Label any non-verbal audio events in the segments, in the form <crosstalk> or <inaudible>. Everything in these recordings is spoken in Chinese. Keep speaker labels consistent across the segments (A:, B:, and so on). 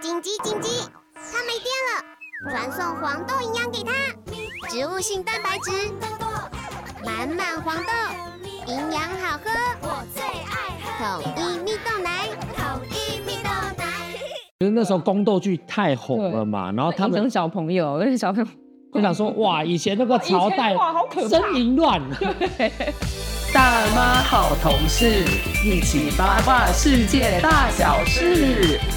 A: 紧急紧急！它没电了，传送黄豆营养给它，植物性蛋白质，满满黄豆，营养好喝，
B: 我最爱
A: 统一蜜豆奶。
B: 统一蜜豆奶。
C: 就是那时候宫斗剧太红了嘛，然后哦他
D: 影
C: 们
D: 响小朋友，而且小朋友
C: 就想说， <laughs> 哇，以前那个朝代
D: 以前哇好可怕
C: 真淫乱，啊
E: 大妈好同事，一起八卦 <laughs> 世界大小事。
C: <laughs>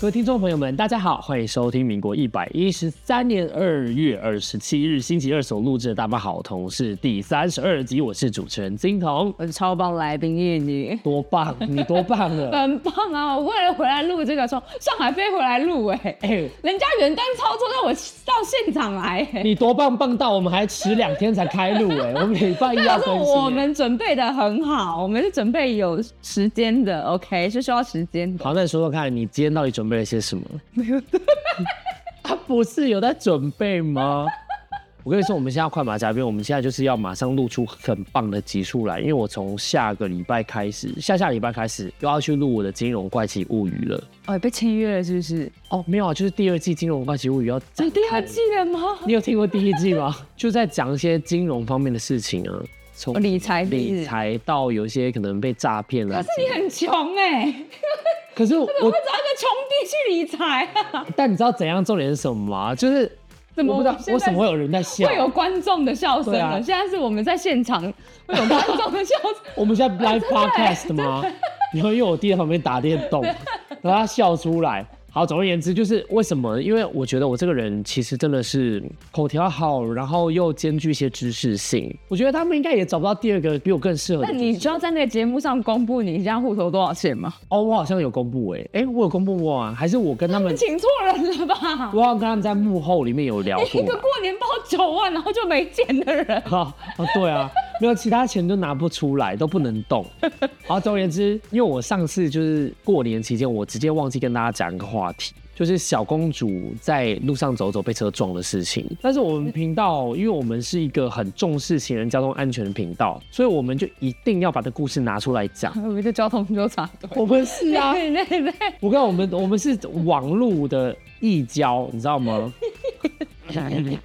C: 各位听众朋友们，大家好，欢迎收听民国一百一十三年二月二十七日星期二所录制的《大妈好同事》第三十二集，我是主持人金童，
D: 我是超棒来宾叶你。
C: 多棒，你多棒了！
D: 很棒啊！我为了回来录这个，从上海飞回来录哎、
C: <laughs> 哎、
D: 人家远端操作让我到现场来、欸，
C: 你多棒棒到我们还迟两天才开录哎、我们礼拜一要 <laughs>
D: 但是
C: 更新、
D: 我们准备的很好，我们是准备有时间的，OK，是需要时间的。
C: 好，那你说说看，你今天到底准备了些什
D: <laughs>
C: 么？没 <laughs> 有，他不是有在准备吗？ <laughs> 我跟你说，我们现在要快马加鞭，我们现在就是要马上录出很棒的集数来，因为我从下个礼拜开始，下下礼拜开始又要去录我的《金融怪奇物语》了。
D: 哦，被签约了是不是？
C: 哦，没有啊，就是第二季《金融怪奇物语》要
D: 这
C: 展
D: 第二
C: 开
D: 季了吗？
C: 你有听过第一季吗？ <laughs> 就在讲一些金融方面的事情啊，从
D: 哦理财的意思
C: 理财到有一些可能被诈骗啊了。
D: 可是你很穷 <laughs> 哎、
C: 可是我
D: 怎么会找一个穷弟去理财啊？
C: 但你知道怎样重点是什么吗？就是
D: 怎么
C: 我不知道
D: 我现在
C: 为什么会有人在笑
D: 会。有观众的笑声
C: 对
D: 了、
C: 啊
D: 现在是我们在现场会有观众的笑声。 <laughs>
C: 我们现在
D: 啊
C: live
D: 欸
C: podcast 吗？然后因为我弟在旁边打电
D: <laughs>
C: 动，然后他笑出来。好，总而言之就是为什么？因为我觉得我这个人其实真的是口条好，然后又兼具一些知识性。我觉得他们应该也找不到第二个比我更适合的
D: 那
C: 主持人。
D: 你就要在那个节目上公布你家户头多少钱吗？
C: 哦，我好像有公布哎、哎、我有公布过啊？还是我跟他们，
D: 请错人了吧
C: 我？好像跟他们在幕后里面有聊过
D: <laughs> 一。个过年包九万，然后就没钱的
C: <laughs>
D: 人，。
C: 啊啊，对啊，没有其他钱都拿不出来，都不能 <laughs> 动。好，总而言之，因为我上次就是过年期间，我直接忘记跟大家讲一个话题。就是小公主在路上走走被车撞的事情，但是我们频道，因为我们是一个很重视行人交通安全的频道，所以我们就一定要把这故事拿出来讲
D: 我们就交通纠察队。
C: <laughs> 我们是啊，
D: 对对对，
C: 我跟我们我们是网路的异交，你知道 <laughs> 吗？我跟你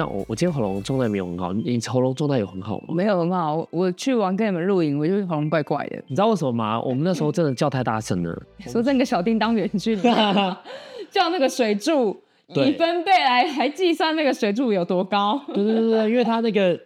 C: 讲，我我今天喉咙状态没有很好，你喉咙状态有很好吗？
D: 没有很好。我我去玩跟你们露营，我就是喉咙怪怪的，
C: 你知道为什么吗？我们那时候真的叫太大声
D: <laughs>
C: 了。
D: 说整个小叮当园区 <laughs> 里面叫那个水柱
C: 对
D: 以分贝来来计算那个水柱有多高。
C: 对对对对，因为他那个，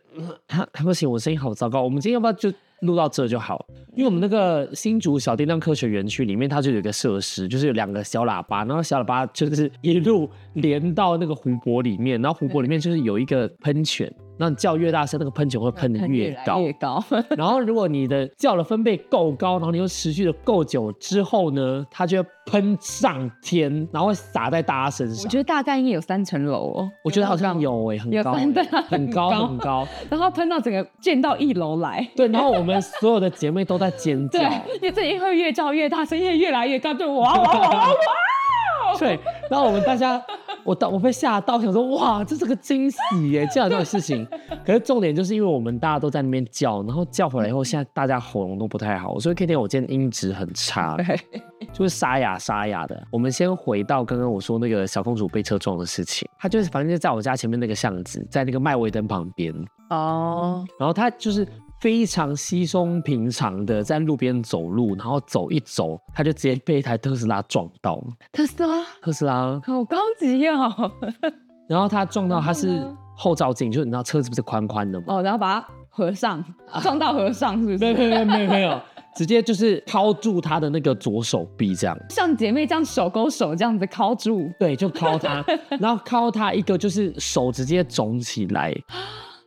C: 他不行，我声音好糟糕。我们今天要不要就录到这就好？因为我们那个新竹小叮当科学园区里面，它就有一个设施，就是有两个小喇叭，然后小喇叭就是一路连到那个湖泊里面，然后湖泊里面就是有一个喷泉，那你叫越大声，那个喷泉会喷得越
D: 来
C: 高。
D: 越高，
C: 然后如果你的叫的分贝够高，然后你又持续的够久之后呢，它就会喷上天，然后会洒在大家身上。
D: <laughs> 我觉得大概应该有三层楼哦。
C: 我觉得好像有诶、很
D: 有
C: 高欸、
D: 翻倍 <laughs> 啊
C: 很高
D: 很高
C: 很高。
D: 然后喷到整个溅到一楼来。
C: 对，然后我们所有的姐妹都在尖叫
D: 对，，你自己会越叫越大声，越越来越高，就哇哇哇哇哇！
C: 对，然后我们大家，我到我被吓到，想说哇，这是个惊喜耶，竟然有这种事情。可是重点就是因为我们大家都在那边叫，然后叫回来以后，现在大家喉咙都不太好，所以 K T 我今天音质很差，就是沙哑沙哑的。我们先回到刚刚我说那个小公主被车撞的事情，她就是反正就在我家前面那个巷子，在那个麦威登旁边，
D: <laughs> 哦，
C: 然后他就是非常稀松平常的在路边走路，然后走一走，他就直接被一台特斯拉撞到，
D: 特斯拉
C: 特斯拉，
D: 好高级哦， <laughs>
C: 然后他撞到他
D: 然
C: 是
D: 后呢
C: 后照镜，就是你知道车子不是宽宽的吗？
D: 哦，然后把它合上，撞到合上是不
C: 没有
D: 是？
C: 没有没有没有，直接就是铐住他的那个左手臂这样。
D: 像姐妹这样手勾手这样子铐住，
C: 对，就敲他，然后敲他一个就是手直接肿起来，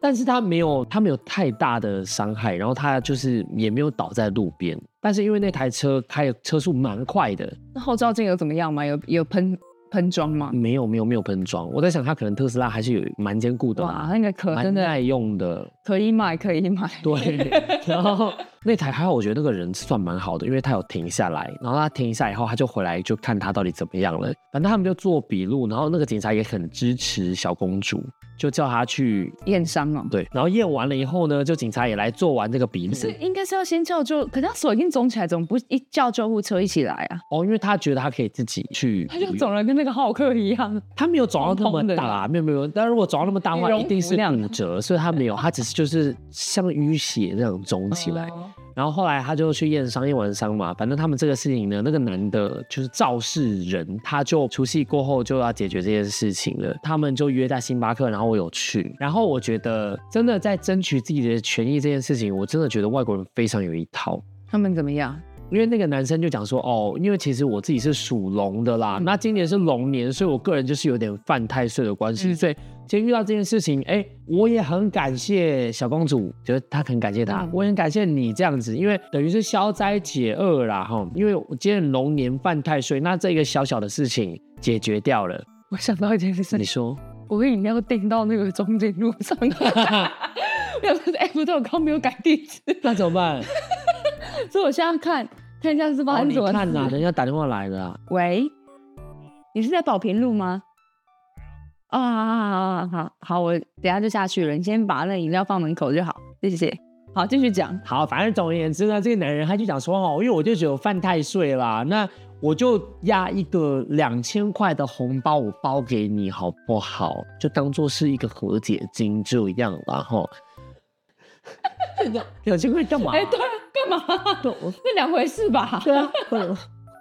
C: 但是他没有他没有太大的伤害，然后他就是也没有倒在路边，但是因为那台车开的车速蛮快的，
D: 那后照镜有怎么样吗？有有喷喷妆吗？
C: 没有没有没有喷装，我在想他可能特斯拉还是有蛮坚固的
D: 哇，
C: 嘛，
D: 那个壳
C: 蛮
D: <laughs> 真的
C: 耐用的，
D: 可以买，可以买。
C: 对。然后那台还好，我觉得那个人算蛮好的，因为他有停下来，然后他停下以后，他就回来就看他到底怎么样了。反正他们就做笔录，然后那个警察也很支持小公主，就叫她去
D: 验伤哦。
C: 对，然后验完了以后呢，就警察也来做完这个笔录
D: 是应该是要先叫救，可是他手已经肿起来，怎么不一叫救护车一起来啊？
C: 哦，因为他觉得他可以自己去，
D: 他就肿了，跟那个浩克一样。
C: 他没有肿到那
D: 红红
C: 么
D: 的
C: 大啊，没有没有，但如果肿到那么大的话，
D: 羽绒
C: 一定
D: 服
C: 是
D: 那样
C: 骨折，所以他没有，他只是就是像淤血那样肿起来。
D: 哦
C: 然后后来他就去验伤，验完伤嘛，反正他们这个事情呢，那个男的就是肇事人，他就除夕过后就要解决这件事情了。他们就约在星巴克，然后我有去，然后我觉得真的在争取自己的权益这件事情，我真的觉得外国人非常有一套。
D: 他们怎么样？
C: 因为那个男生就讲说，哦，因为其实我自己是属龙的
D: 嗯
C: 啦，那今年是龙年，所以我个人就是有点犯太岁的关系，
D: 嗯
C: 所以今天遇到这件事情，哎，我也很感谢小公主，就是她很感谢她，
D: 嗯
C: 我也很感谢你这样子，因为等于是消灾解厄啦，哈，因为我今天龙年犯太岁，那这个小小的事情解决掉了。
D: 我想到一件事
C: 你，说， <laughs>
D: 我跟饮料订到那个中间路上。我想说哎、不对，我刚没有改地址，
C: 那怎么
D: <laughs>
C: 办？
D: 所以我现在要看看一下是发
C: 哦
D: 生
C: 你
D: 什么
C: 看
D: 事 <laughs>
C: 呐、人家打电话来了、啊，
D: 喂，你是在宝平路吗？啊、好好好好好，我等一下就下去了，你先把那饮料放门口就好，谢谢。好，继续讲。
C: 好，反正总而言之呢，这个男人他就讲说哦，因为我就只有犯太岁啦，那我就压一个两千块的红包，我包给你好不好？就当做是一个和解金这样啦哈。两千块干嘛？
D: 哎、对啊，干嘛？ <laughs> 那两回事吧。
C: 对啊，我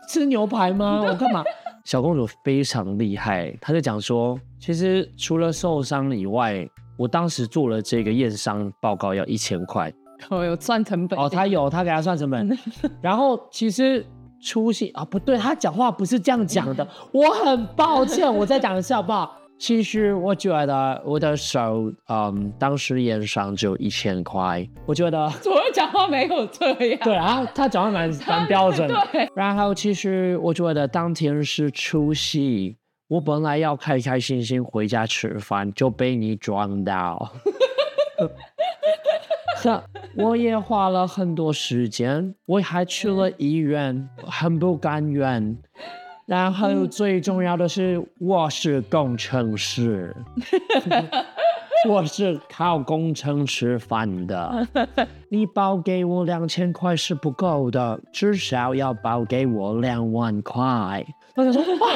C: 吃牛排吗？我干嘛？小公主非常厉害，她就讲说，其实除了受伤以外，我当时做了这个验伤报告要一千块，
D: <laughs> 我有算成本
C: 哦，他有，他给他算成本。然后其实出席啊，不对，他讲话不是这样讲的，我很抱歉，我再讲一次好不好？ <laughs> 其实我觉得我的手，嗯，当时验伤只有一千块，我觉得。
D: 怎么讲话没有这样？
C: 对啊，他讲话蛮蛮标准的。
D: <laughs> 对，
C: 然后其实我觉得当天是除夕，我本来要开开心心回家吃饭，就被你撞到。 <laughs> 这我也花了很多时间，我还去了医院，很不甘愿。然
D: 嗯
C: 后最重要的是，我是工程
D: <laughs>
C: 师，我是靠工程吃饭的。你包给我两千块是不够的，至少要包给我两万块。我想说，哇，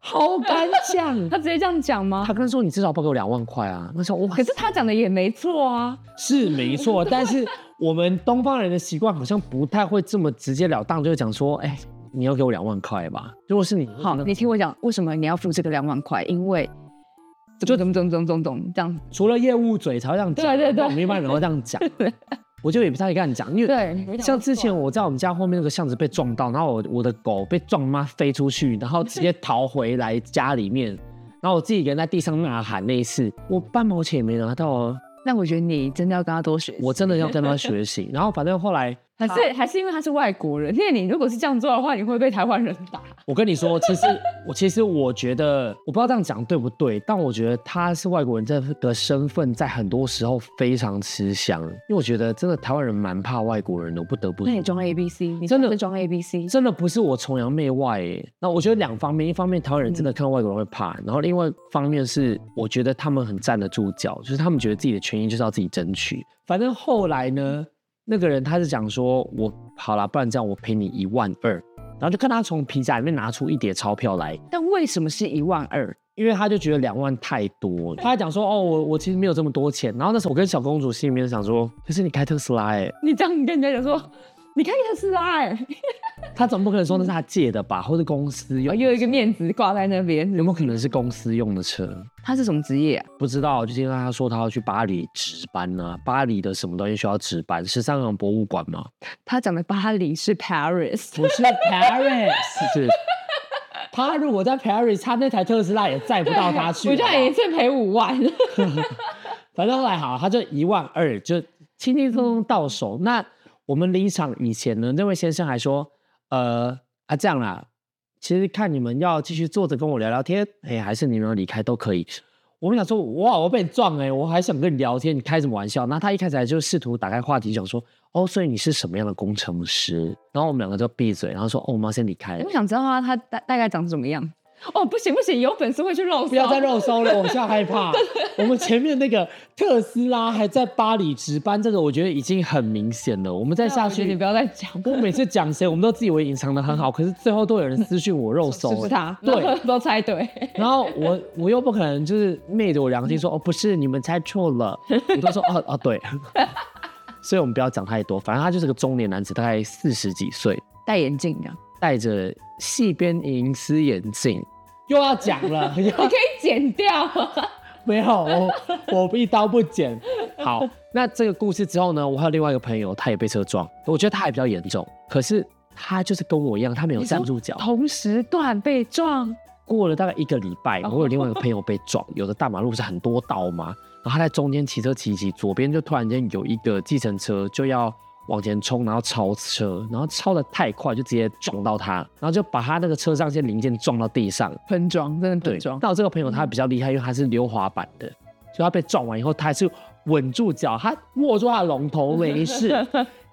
C: 好敢讲！
D: <laughs> 他直接这样讲吗
C: 他？跟他说你至少包给我两万块啊。我想，哇，
D: 可是他讲的也没错啊。
C: 是没
D: <laughs>
C: 错，但是我们东方人的习惯好像不太会这么直截了当，就讲说，哎、你要给我两万块吧。如果是你，
D: <laughs> 好，你听我讲，为什么你要付这个两万块？因为怎么怎么怎么怎么怎么怎么这样？
C: 除了业务嘴才会这样讲，
D: 对对对
C: 我们一般人会这样
D: <laughs>
C: 讲，我就也不太敢讲，因为。
D: 对，
C: 像之前我在我们家后面那个巷子被撞到，然后我我的狗被撞妈飞出去，然后直接逃回来家里面，然后我自己一个人在地上呐喊那一次，我半毛钱也没拿到哦，
D: 那我觉得你真的要跟他多学习。
C: 我真的要跟他学习。然后反正后来
D: 还是还是因为他是外国人，因为你如果是这样做的话，你会被台湾人打。
C: 我跟你说，其实我其实我觉得，我不知道这样讲对不对，但我觉得他是外国人这个身份，在很多时候非常吃香，因为我觉得真的台湾人蛮怕外国人的，我不得不
D: 那
C: 说
D: 你装 A B C，你
C: 真的
D: 是装 A B C，
C: 真的不是我崇洋媚外耶。那我觉得两方面，一方面台湾人真的看到外国人会怕，然后另外一方面是我觉得他们很站得住脚，就是他们觉得自己的权益就是要自己争取。反正后来呢，那个人他是讲说，我好啦，不然这样我赔你一万二，然后就看他从皮夹里面拿出一叠钞票来。
D: 但为什么是一万二？
C: 因为他就觉得两万太多，他还讲说哦，我我其实没有这么多钱。然后那时候我跟小公主心里面想说，可是你开特斯拉哎、
D: 你这样跟人家讲说，你看特斯拉、欸，
C: 他总不可能说那是他借的吧，或是公司用，
D: 又有一个面子挂在那边，
C: 有没有可能是公司用的车？
D: 他是什么职业啊？
C: 不知道，就听到他说他要去巴黎值班呢、巴黎的什么东西需要值班？十三行博物馆 <laughs> 吗？
D: 他讲的巴黎是 Paris，
C: 不是 Paris，是。他如果在 Paris，他那台特斯拉也载不到他去。
D: 我叫你一次赔五万，
C: 反正后来好，他就一万二，就轻轻松松到手。那我们离场以前呢，那位先生还说，呃啊这样啦，其实看你们要继续坐着跟我聊聊天，哎，还是你们要离开都可以。我们想说，哇，我被你撞哎、我还想跟你聊天，你开什么玩笑？那他一开始还就试图打开话题，想说，哦，所以你是什么样的工程师？然后我们两个就闭嘴，然后说，哦，我们要先离开了
D: 我，想知道他他大大概长什么样。哦，不行不行，有粉丝会去肉搜。
C: 不要再肉搜了，我现在害 <laughs> 怕。我们前面那个特斯拉还在巴黎值班，这个我觉得已经很明显了。我们再下
D: 我觉
C: 去，
D: 得你不要再讲，
C: 啊我每次讲谁，我们都自以为隐藏的很好，可是最后都有人私讯我肉搜、哎
D: 是不是他？
C: 欸 <laughs> 对，
D: 都猜对。
C: 然后我我又不可能就是昧着我良心说哦不是你们猜错 <laughs> 了，我都说哦哦对， <laughs> 所以我们不要讲太多，反正他就是个中年男子，大概四十几岁，
D: 戴眼镜的，
C: 戴着细边银丝眼镜， <laughs> 又要讲 <laughs> 了，又
D: 你可以剪掉。
C: 没有我我一刀不剪。好，那这个故事之后呢，我还有另外一个朋友，他也被车撞，我觉得他还比较严重，可是他就是跟我一样，他没有站住脚，
D: 同时段被撞，
C: 过了大概一个礼拜，我有另外一个朋友被撞，有的大马路是很多道嘛，然后他在中间骑车骑骑，左边就突然间有一个计程车就要往前冲，然后超车，然后超的太快就直接撞到他，然后就把他那个车上一些零件撞到地上。
D: 喷撞，真的
C: 对
D: 喷，撞。
C: 那我这个朋友他比较厉害，因为他是溜滑板的，所以他被撞完以后，他还是稳住脚，他握住他的龙头没事。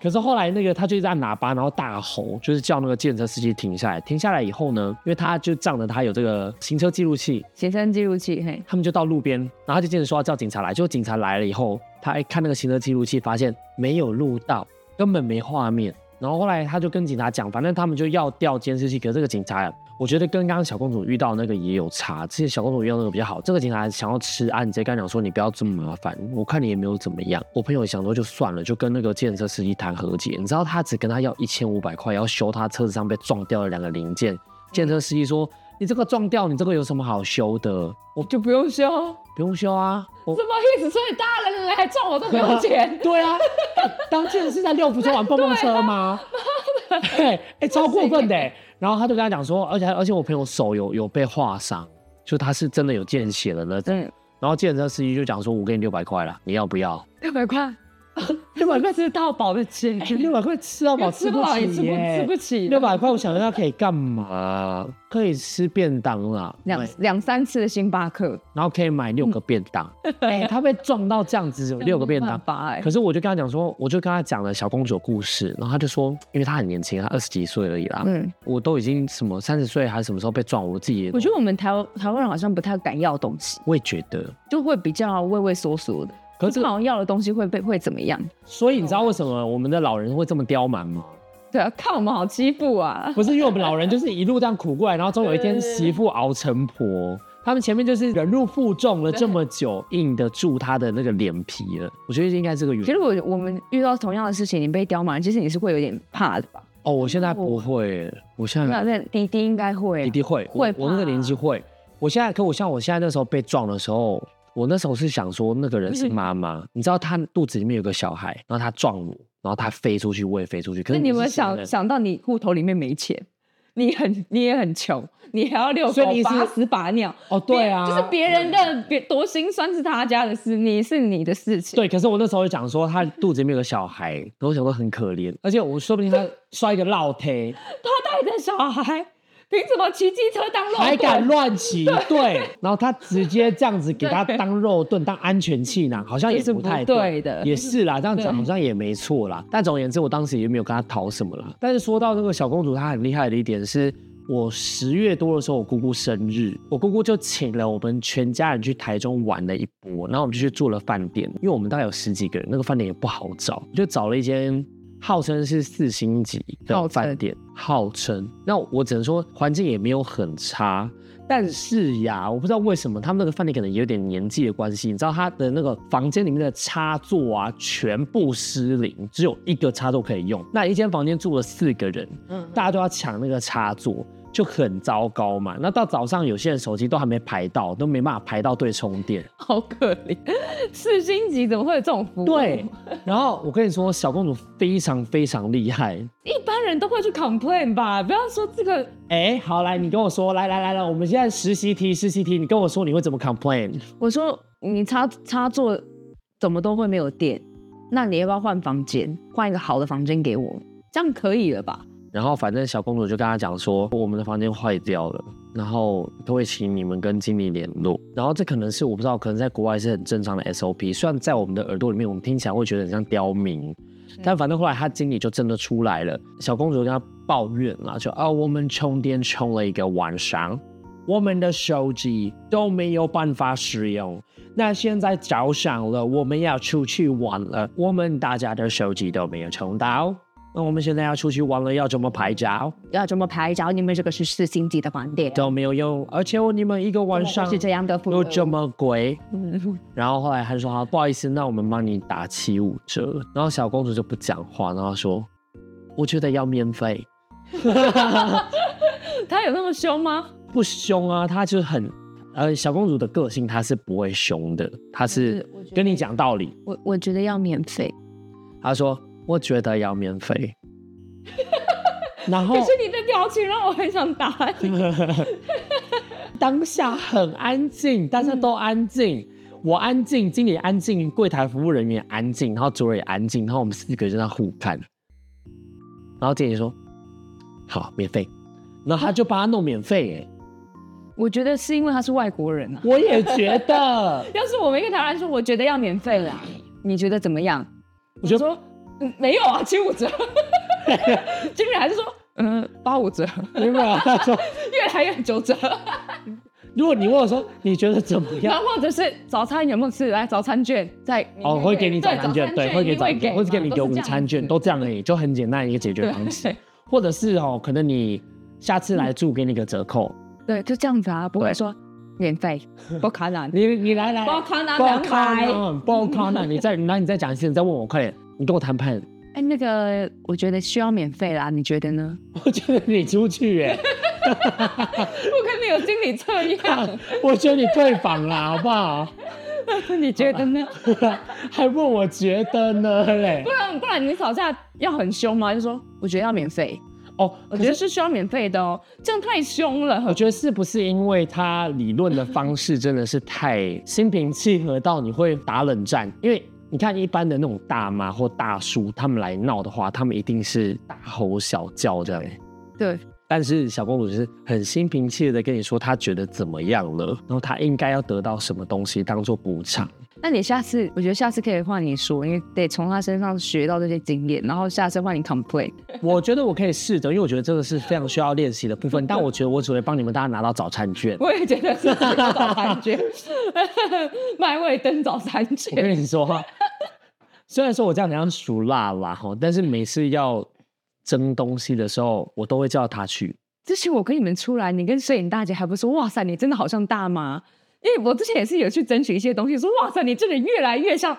C: 可是后来那个他就一直按喇叭，然后大吼，就是叫那个计程车司机停下来。停下来以后呢，因为他就仗着他有这个行车记录器，
D: 行车记录器，嘿，
C: 他们就到路边，然后他就接着说要叫警察来。结果警察来了以后，他一看那个行车记录器，发现没有录到，根本没画面。然后后来他就跟警察讲，反正他们就要调监视器。可是这个警察，我觉得跟刚刚小公主遇到那个也有差。之前小公主遇到那个比较好，这个警察想要吃啊，你直接跟他讲说你不要这么麻烦，我看你也没有怎么样。我朋友想说就算了，就跟那个计程车司机谈和解。你知道他只跟他要一千五百块，要修他车子上被撞掉的两个零件。计程车司机说。你这个撞掉，你这个有什么好修的？我
D: 就不用修。
C: 不用修啊，我，
D: 什么意思？所以大人来撞我都不用钱 <laughs>
C: 对啊，当健是在六福州玩蹦蹦车吗？对，哎、超过分的欸、然后他就跟他讲说，而且而且我朋友手有有被划伤，就他是真的有见血的那种。
D: 对，
C: 然后健身司机就讲说，我给你六百块了，你要不要？
D: 六百块， <laughs> 六百块是到饱的钱，
C: 六百块吃到饱吃
D: 哎吃
C: 不
D: 饱也
C: 起
D: 吃不
C: 耶、
D: 吃不起。
C: 六百块，我想一下可以干嘛？可以吃便当啦，
D: 两
C: 对
D: 两三次的星巴克，
C: 然后可以买六个便 <laughs> 当。哎、他被撞到这样子，有六个便当
D: 没办，法哎
C: 可，是我就跟他讲说，我就跟他讲了小公主的故事，然后他就说，因为他很年轻，他二十几岁而已啦，
D: 嗯，
C: 我都已经什么三十岁还是什么时候被撞，我自己也
D: 我觉得我们台湾台湾人好像不太敢要东西，
C: 我也觉得，
D: 就会比较畏畏缩缩的。
C: 可
D: 不
C: 是
D: 知道要的东西会被会怎么样？
C: 所以你知道为什么我们的老人会这么刁蛮吗？
D: 对啊，看我们好欺负啊！
C: 不是因为我们老人就是一路这样苦过来，然后终有一天媳妇熬成婆。他们前面就是忍辱负重了这么久，硬得住他的那个脸皮了。我觉得应该这个原
D: 其
C: 因
D: 实。我我们遇到同样的事情，你被刁蛮，其实你是会有点怕的吧？
C: 哦，我现在不会，我现在
D: 那那弟弟应该会，
C: 嗯
D: 啊
C: 一定会，我
D: 会
C: 我那个
D: 怕
C: 年纪会。我现在，可我像我现在那时候被撞的时候，我那时候是想说那个人
D: 嗯
C: 是妈妈，你知道她肚子里面有个小孩，然后她撞我，然后她飞出去，我也飞出去。可
D: 那
C: 是
D: 你有
C: 是
D: 没有
C: 小
D: 想
C: 人
D: 想到你户头里面没钱，你很你也很穷，你还要遛
C: 所以
D: 狗
C: 你是
D: 把屎把尿，
C: 哦，对啊，
D: 就是别人的别多心酸是他家的事，你是你的事情。
C: 对，可是我那时候就讲说，她肚子里面有个小孩，然后我想说很可怜，而且我说不定她摔一个落胎，
D: 他带着小孩，凭什么骑机车当肉
C: 还
D: 棍
C: 敢乱骑，对，然后她直接这样子给她当肉盾、当安全气囊，好像也
D: 这是
C: 不
D: 不
C: 太
D: 对的
C: 也是啦，这样讲
D: 对
C: 好像也没错啦。但总而言之，我当时也没有跟她讨什么啦。但是说到那个小公主，她很厉害的一点是。我十月多的时候，我姑姑生日，我姑姑就请了我们全家人去台中玩了一波，然后我们就去住了饭店，因为我们大概有十几个人，那个饭店也不好找，就找了一间号称是四星级的
D: 号称
C: 饭店，号称。那我只能说环境也没有很差，但是呀，我不知道为什么他们那个饭店可能有点年纪的关系，你知道他的那个房间里面的插座啊，全部失灵，只有一个插座可以用。那一间房间住了四个人，
D: 嗯
C: 大家都要抢那个插座，就很糟糕嘛。那到早上，有些人手机都还没排到，都没办法排到对充
D: <laughs>
C: 电。
D: 好可怜，四星级怎么会有这种哦服务？
C: 对，然后我跟你说，小公主非常非常厉害。
D: 一般人都会去 complain 吧，不要说这个
C: 哎，好来，你跟我说，来来来来，我们现在实习题，实习题，你跟我说你会怎么 complain？
D: 我说你插插座怎么都会没有电，那你要不要换房间，换一个好的房间给我？这样可以了吧？
C: 然后反正小公主就跟他讲说，我们的房间坏掉了，然后都会请你们跟经理联络。然后这可能是我不知道，可能在国外是很正常的 SOP。虽然在我们的耳朵里面，我们听起来会觉得很像刁民，但反正后来他经理就真的出来了。小公主跟他抱怨了，就啊，我们充电充了一个晚上，我们的手机都没有办法使用。那现在早上了，我们要出去玩了，我们大家的手机都没有充到。那我们现在要出去玩了，要怎么拍照？
D: 要怎么拍照？你们这个是四星级的饭店，啊
C: 都没有用，而且我你们一个晚上
D: 是这样的服务。
C: 又这么贵，
D: 嗯
C: 然后后来他说好，不好意思，那我们帮你打七五折。然后小公主就不讲话，然后说，我觉得要免费，
D: <laughs> 他有那么凶吗？
C: 不凶啊，她就是很，呃，小公主的个性她是不会凶的，她是
D: 是我觉得
C: 跟你讲道理。
D: 我我觉得要免费。
C: 她说，我觉得要免费。
D: <laughs>
C: 然后
D: 可是你的表情让我很想打你。
C: <laughs> 当下很安静，大家都安静。我安静，经理安静，柜台服务人员安静，然后主任也安静，然后我们四个就在互看。然后经理说：“好，免费。”然后他就帮他弄免费、哎，
D: 我觉得是因为他是外国人啊。，
C: 我也觉得 <laughs>
D: 要是我们一个台湾人说，我觉得要免费啦，你觉得怎么样？
C: 我觉得
D: 说、嗯、没有啊，七五折。 <laughs> 经理还是说嗯八五折，
C: 没有没有。他说
D: 越来越九折。：“
C: 如果你问我说你觉得怎么
D: 然
C: 样
D: 后或者是早餐有没有吃？来早餐券在？”
C: 哦，会 <laughs> 给你早餐券，对，会给早餐券，
D: 券，
C: 或者给你一个午餐券，都这样而已，就很简单的一个解决
D: 对
C: 方式。或者是哦，可能你下次来住，给你个折扣，
D: 对，就这样子啊，不会说免费不卡
C: <laughs>
D: 难。
C: 你你来来，啊
D: 包康拿
C: 不
D: 两
C: 要
D: 百，
C: 看，不要看
D: <laughs>
C: 啊！你再，然后你再讲一次，你再问我，快点，你跟我谈判。 <laughs>
D: 哎，那个我觉得需要免费啦，你觉
C: <laughs>
D: 得呢？
C: 我觉得你出去耶、 <laughs>
D: 不可能有心理测验，
C: 我觉得你退房啦，好不好？ <laughs>
D: 你觉得呢？
C: 还问我觉得呢嘞
D: 不？然不然你吵架要很凶吗？就说我觉得要免费，
C: 哦，
D: 我
C: 可
D: 觉
C: 是
D: 得是需要免费的哦，这样太凶了。
C: 我觉得是不是因为他理论的方式真的是太心平气和到你会打冷战？因为你看一般的那种大妈或大叔，他们来闹的话，他们一定是大吼小叫这样。
D: 对，
C: 但是小公主是很心平气和的跟你说，她觉得怎么样了，然后她应该要得到什么东西当做补偿。 <laughs>
D: 那你下次我觉得下次可以换你说，因为得从他身上学到这些经验，然后下次换你 complain。
C: 我觉得我可以试着，因为我觉得这个是非常需要练习的部
D: <laughs>
C: 分。但我觉得我只会帮你们大家拿到早餐券。
D: 我也觉得是早餐券， <laughs> 麦味登早餐
C: 我
D: 券。
C: 跟你说，虽然说我这样讲属辣啦哈，但是每次要争东西的时候，我都会叫她去。
D: 之前我跟你们出来，你跟摄影大姐还不说，哇塞，你真的好像大妈。因为我之前也是有去争取一些东西，说哇塞，你真的越来越像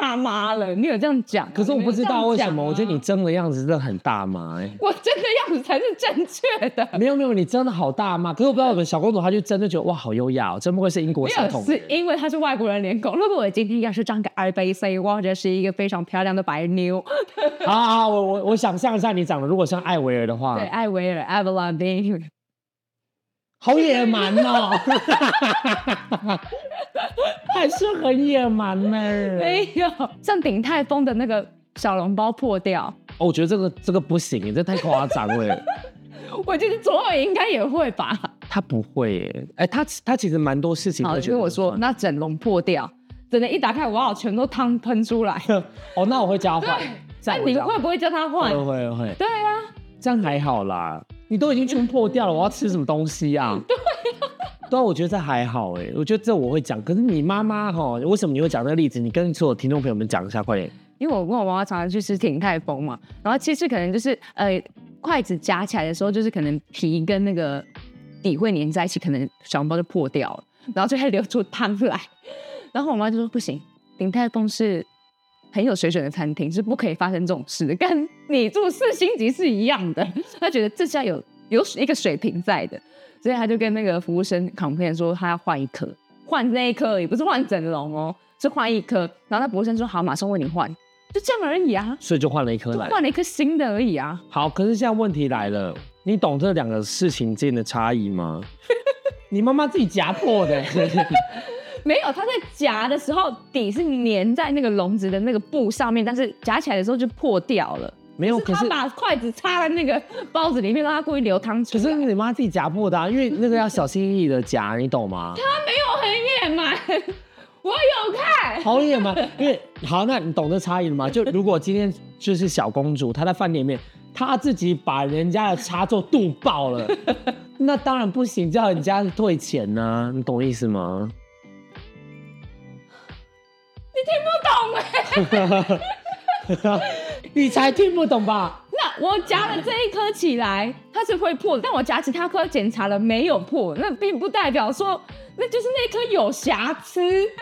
D: 大妈了。你有这样讲，
C: 可是我
D: 你
C: 不
D: 们
C: 知
D: 有这样
C: 道为什
D: 讲
C: 么，
D: 啊
C: 我觉得你争的样子真的很大妈哎、
D: <laughs> 我真的样子才是正确的。
C: 没有没有，你真的好大妈。可是我不知道我们小公主她就真的觉得哇好优雅哦，真不愧是英国
D: 没
C: 血
D: 有，
C: 统。
D: 是因为他是外国人脸孔。如果我今天要是长个二杯 C，或者是一个非常漂亮的白妞，
C: 啊 <laughs> 好好，好我我我想象一下，你长得如果像艾薇儿的话
D: 对，，艾薇儿、艾薇拉丁，
C: 好野蛮哦， <laughs> 还是很野蛮呢。
D: 没有像鼎泰丰的那个小笼包破掉，
C: 哦，我觉得这个这个不行，这太夸张了。
D: 我觉得左耳应该也会吧。
C: 他不会耶，哎，他他其实蛮多事情
D: 好，
C: 会
D: 就
C: 觉
D: 跟
C: 得
D: 我说
C: 很
D: 那整笼破掉，真的，一打开，哇，全都汤喷出来。
C: 哦，那我会加换，这
D: 那
C: 样我哦
D: 你
C: 加
D: 会不会叫他换
C: 会？会会，
D: 对啊，
C: 这样还好啦。你都已经全破掉了，我要吃什么东西啊？ <laughs> 对对啊，我觉得这还好哎，我觉得这我会讲。可是你妈妈哈，为什么你会讲这个例子？你跟所有听众朋友们讲一下，快点。
D: 因为我跟我妈妈常常去吃鼎泰丰嘛，然后其实可能就是呃筷子夹起来的时候，就是可能皮跟那个底会粘在一起，可能小笼包就破掉了，然后就会流出汤来。然后我妈就说不行，鼎泰丰是很有水准的餐厅，是不可以发生这种事的，跟你住四星级是一样的。她觉得这是要有有一个水平在的，所以她就跟那个服务生 complain 说她要换一颗，换那一颗也不是换整笼哦。是换一颗，然后那服务生说好，马上为你换。就这样而已啊，
C: 所以就换了一颗
D: 就
C: 来。
D: 换了一颗新的而已啊。
C: 好，可是现在问题来了，你懂这两个事情间的差异 <laughs> 吗？你妈妈自己夹破的、欸 <laughs>
D: 没有，它在夹的时候底是粘在那个笼子的那个布上面，但是夹起来的时候就破掉了。
C: 没有，哦可
D: 他
C: 是
D: 把筷子插在那个包子里面，让他故意流汤出
C: 哦可
D: 来。
C: 是你妈自己夹破的、啊，因为那个要小心翼翼的夹，你懂吗？
D: 他没有很野蛮，我有
C: <laughs>
D: 看。
C: 好野蛮，因为好，那你懂这差异了吗？就如果今天就是小公主，她在饭店里面，她自己把人家的插座堵爆了，那当然不行，叫人家退钱呢、你懂意思吗？ <laughs>
D: 欸
C: 你听不懂哎、你才听不懂吧？
D: 那我夹了这一颗起来，它是会破的，但我夹其他颗检查了没有破，那并不代表说那就是那颗有瑕疵。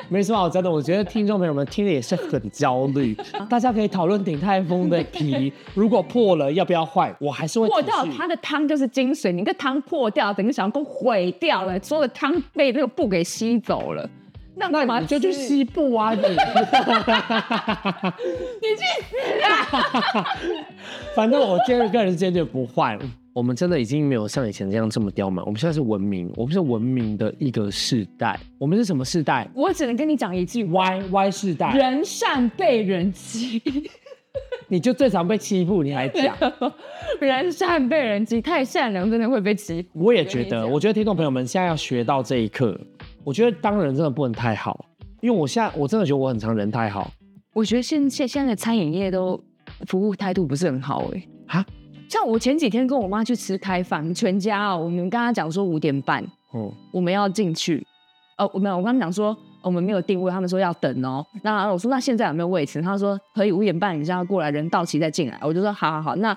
C: 没什么好真的，我觉得听众朋友们听的也是很焦虑，大家可以讨论鼎泰丰的皮，如果破了要不要换，我还是会
D: 破
C: 继
D: 掉
C: 续
D: 它的汤就是精髓，你个汤破掉，整个小公毁掉了，所有的汤被那个布给吸走了。那干嘛
C: <laughs> 那你就去
D: 吃
C: 西部啊 <laughs> 你！
D: 你去死啊！
C: <laughs> 反正我坚个人坚决不换。我们真的已经没有像以前这样这么刁蛮，我们现在是文明，我们是文明的一个世代。我们是什么世代
D: 我只能跟你讲一句话：
C: ？Y Y 世代，
D: 人善被人 <laughs> 欺，
C: 你就最常被欺负，你还讲？
D: 人善被人欺，太善良真的会被欺负。
C: 我也觉
D: 跟你
C: 得，
D: 讲
C: 我觉得听众朋友们现在要学到这一课，我觉得当人真的不能太好，因为我现在我真的觉得我很常人太好，
D: 我觉得现现现在的餐饮业都服务态度不是很好哎、
C: 啊
D: 像我前几天跟我妈去吃开饭，全家哦，我们跟她讲说五点半
C: 嗯，
D: 我们要进去，哦，我没有，我跟他们讲说我们没有定位，他们说要等哦。那我说那现在有没有位置？他说可以五点半以上要过来，人到齐再进来。我就说好好好，那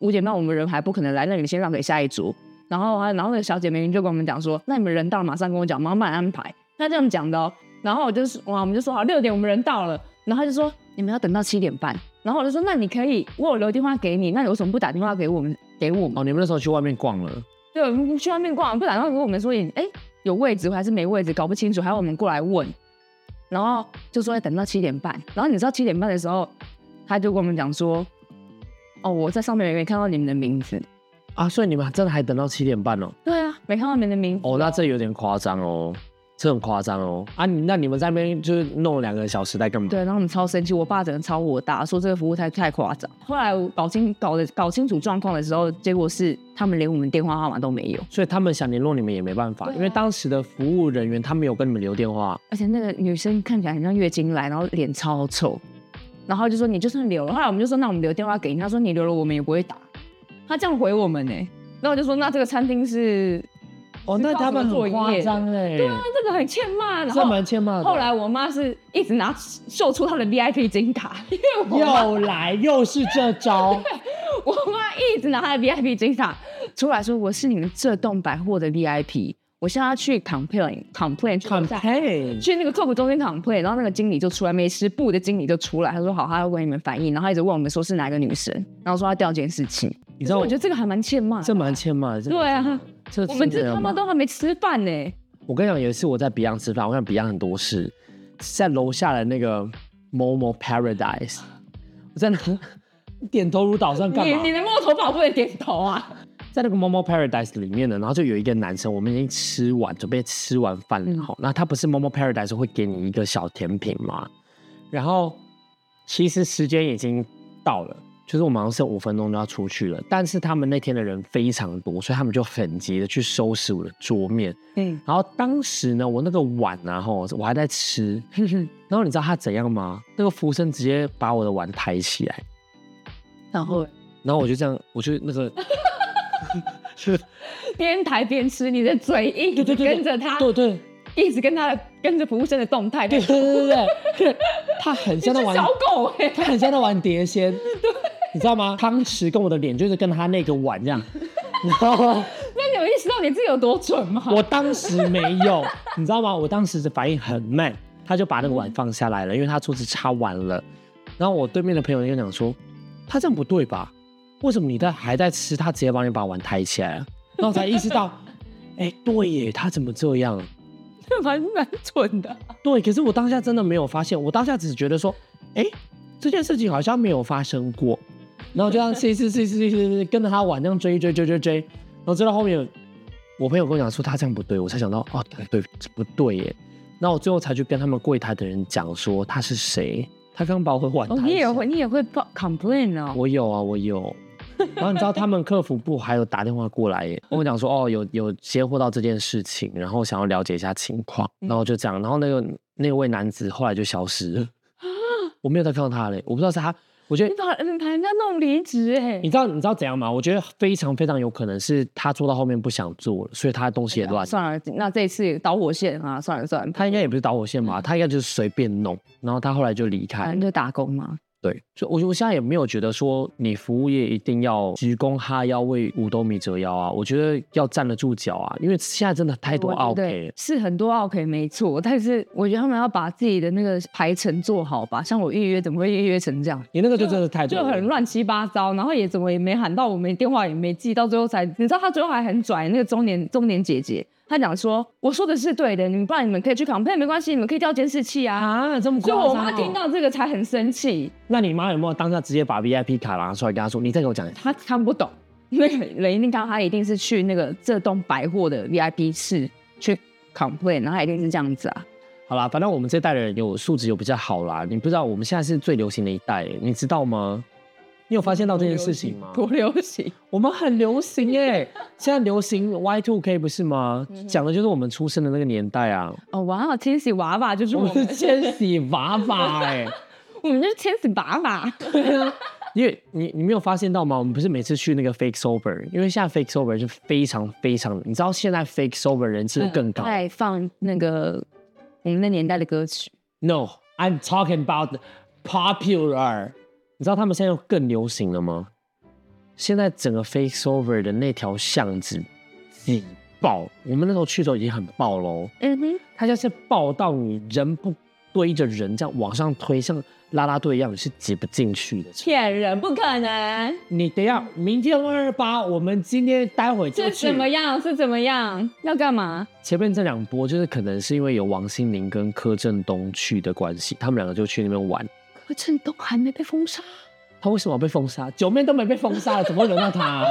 D: 五点半我们人还不可能来，那你们先让给下一桌。然后啊，然后那个小姐明明就跟我们讲说，那你们人到了马上跟我讲，慢慢安排。她这样讲的哦。然后我就是哇，我们就说好六点我们人到了，然后她就说你们要等到七点半。然后我就说那你可以，我有留电话给你，那你为什么不打电话给我们给我们？
C: 哦，你们那时候去外面逛了，
D: 对，我们去外面逛，不然的话，如果我们说，哎、有位置还是没位置，搞不清楚，还要我们过来问，然后就说要哎等到七点半，然后你知哎道七点半的时候，他就跟我们讲说，哦，我在上面没看到你们的名字，
C: 啊，所以你们真的还等到七点半哦？
D: 对啊，没看到你们的名字，
C: 哦，那这有点夸张哦，这很夸张哦啊！你那你们在那边就是弄了两个小时在干嘛？
D: 对，然后我们超生气，我爸整个超火大，说这个服务态度太夸张。后来我搞清搞的搞清楚状况的时候，结果是他们连我们电话号码都没有，
C: 所以他们想联络你们也没办法，
D: 对啊
C: 因为当时的服务人员他没有跟你们留电话，
D: 而且那个女生看起来很像月经来，然后脸超臭，然后就说你就算留了，后来我们就说那我们留电话给你，她说你留了我们也不会打，她这样回我们呢、 <laughs> 那我就说那这个餐厅是，
C: 哦，
D: 是
C: 那
D: 靠
C: 他
D: 什么
C: 们
D: 作
C: 很
D: 业
C: 夸张哎，
D: 对啊，这个很欠骂，然
C: 这
D: 后
C: 蛮欠骂的。
D: 后来我妈是一直拿秀出她的 VIP 金卡，因为我妈
C: 又来又是这招，
D: 我妈一直拿她的 VIP 金卡出来说我是你们这栋百货的 VIP，我现在要去 complain complain 去楼下 <laughs>
C: campaign
D: 去那个客服中心 complain，然后那个经理就出来，没吃布的经理就出来，他说好，他要为你们反映，然后他一直问我们说是哪个女生，然后说要调监视器。
C: 你知道
D: 可是我觉得这个还蛮欠骂的，
C: 这蛮欠骂的。这
D: 对啊，
C: 这
D: 我们这
C: 样
D: 他
C: 吗
D: 妈都还没吃饭呢。
C: 我跟你讲，有一次我在 Beyond 吃饭，我看 Beyond 很多事，在楼下的那个 Momo Paradise，我在那 <laughs> 点头如捣蒜干
D: 你
C: 嘛？
D: 你的摸头跑不能点头啊？
C: 在那个 Momo Paradise 里面呢，然后就有一个男生，我们已经吃完，准备吃完饭了，
D: 嗯
C: 好、那他不是 Momo Paradise 会给你一个小甜品吗？然后其实时间已经到了，就是我们好像剩五分钟就要出去了，但是他们那天的人非常多，所以他们就很急的去收拾我的桌面。
D: 嗯，
C: 然后当时呢，我那个碗啊，吼，我还在吃，然后你知道他怎样吗？那个服务生直接把我的碗抬起来，
D: 然后
C: 然后我就这样，我就那个。 <laughs>
D: 边抬边吃，你的嘴一直
C: 对对对对
D: 跟着他，
C: 对对，
D: 一直跟他的跟着服务生的动态。
C: 对
D: 你
C: 对对对对， <laughs> 对，他很像
D: 是
C: 在玩，
D: 小狗哎、
C: 他很像在玩碟仙，你知道吗？汤匙跟我的脸就是跟他那个碗这样，然后
D: 那你有意识到你自己有多蠢吗？
C: 我当时没有，你知道吗？我当时的反应很慢，他就把那个碗放下来了，因为他桌子擦完了。然后我对面的朋友就讲说，他这样不对吧？为什么你在还在吃，他直接帮你把碗抬起来了？啊然后我才意识到，哎，对耶，他怎么这样？
D: 蛮蛮蠢的。
C: 对，可是我当下真的没有发现，我当下只是觉得说，哎，这件事情好像没有发生过，然后就这样吃一吃吃一吃吃一吃吃一吃，跟着他玩，这样追追追追追，然后追到后面，我朋友跟我讲说他这样不对，我才想到哦，对，这不对耶。那我最后才去跟他们柜台的人讲说他是谁，他刚把我会碗
D: 哦，
C: 他
D: 你
C: 一
D: 也
C: 下
D: 会，你也会报 complain 哦。
C: 我有啊，我有。然后你知道他们客服部还有打电话过来耶，跟我讲说哦，有有接获到这件事情，然后想要了解一下情况，
D: 嗯
C: 然后就这样，然后那个那位男子后来就消失了，
D: 啊
C: 我没有再看到他嘞，我不知道是他，我觉得
D: 你把你把人家弄离职哎
C: 你，知道你知道怎样吗？我觉得非常非常有可能是他做到后面不想做了，所以他东西也乱，
D: 啊哎算了，那这一次也导火线啊，算了算了，
C: 他应该也不是导火线吧，他应该就是随便弄，然后他后来就离开
D: 反，正就打工嘛。
C: 对，所以我觉得我现在也没有觉得说你服务业一定要鞠躬哈腰为五斗米折腰啊，我觉得要站得住脚啊，因为现在真的太多
D: 我觉
C: OK
D: 得
C: 了。
D: 是很多 OK 没错，但是我觉得他们要把自己的那个排程做好吧。像我预约怎么会预约成这样？
C: 你那个就真的太多
D: 就
C: 了
D: 很，乱七八糟，然后也怎么也没喊到我，没电话也没记，到最后才你知道他最后还很拽，那个中年中年姐姐，她讲说我说的是对的，你们不然你们可以去 complain 没关系，你们可以调监视器啊。
C: 啊，这么
D: 所
C: 夸张、
D: 以我妈听，到这个才很生气，
C: 那你妈有没有当下直接把 VIP 卡拿出来跟她说，你再给我讲一次？
D: 她看不懂。那个雷宁刚她一定是去那个这栋百货的 VIP 室去 complain，然后她一定是这样子啊。
C: 好啦，反正我们这代人有素质有比较好啦。你不知道我们现在是最流行的一代耶，你知道吗？你有发现到这件事情吗？
D: 多流行，
C: 我们很流行嗯哎、 <laughs> 现在流行 Y two K 不是吗？讲的就是我们出生的那个年代啊。
D: 哦，哇哦，千禧娃娃就是
C: 我
D: 我
C: 们
D: 们，
C: 是千禧娃娃哎、
D: 我们就是千禧娃娃。
C: 对啊，因为你你没有发现到吗？我们不是每次去那个 fake sober，因为现在 fake sober 是非常非常，你知道现在 fake sober 人次更高。
D: 在放那个我们那年代的歌曲。
C: No，I'm talking about popular。你知道他们现在又更流行了吗？现在整个 fake sober 的那条巷子挤爆，我们那时候去的时候已经很爆喽。
D: 嗯哼，
C: 它就是爆到你人不堆着人这样往上推，像拉拉队一样，你是挤不进去的。
D: 骗人，不可能！
C: 你等一下，明天二二八，我们今天待会就是去
D: 怎。么样？是怎么样？要干嘛？
C: 前面这两波就是可能是因为有王心凌跟柯震东去的关系，他们两个就去那边玩。
D: 柯震东还没被封杀，
C: 他为什么要被封杀？九妹都没被封杀了，怎么会轮到他、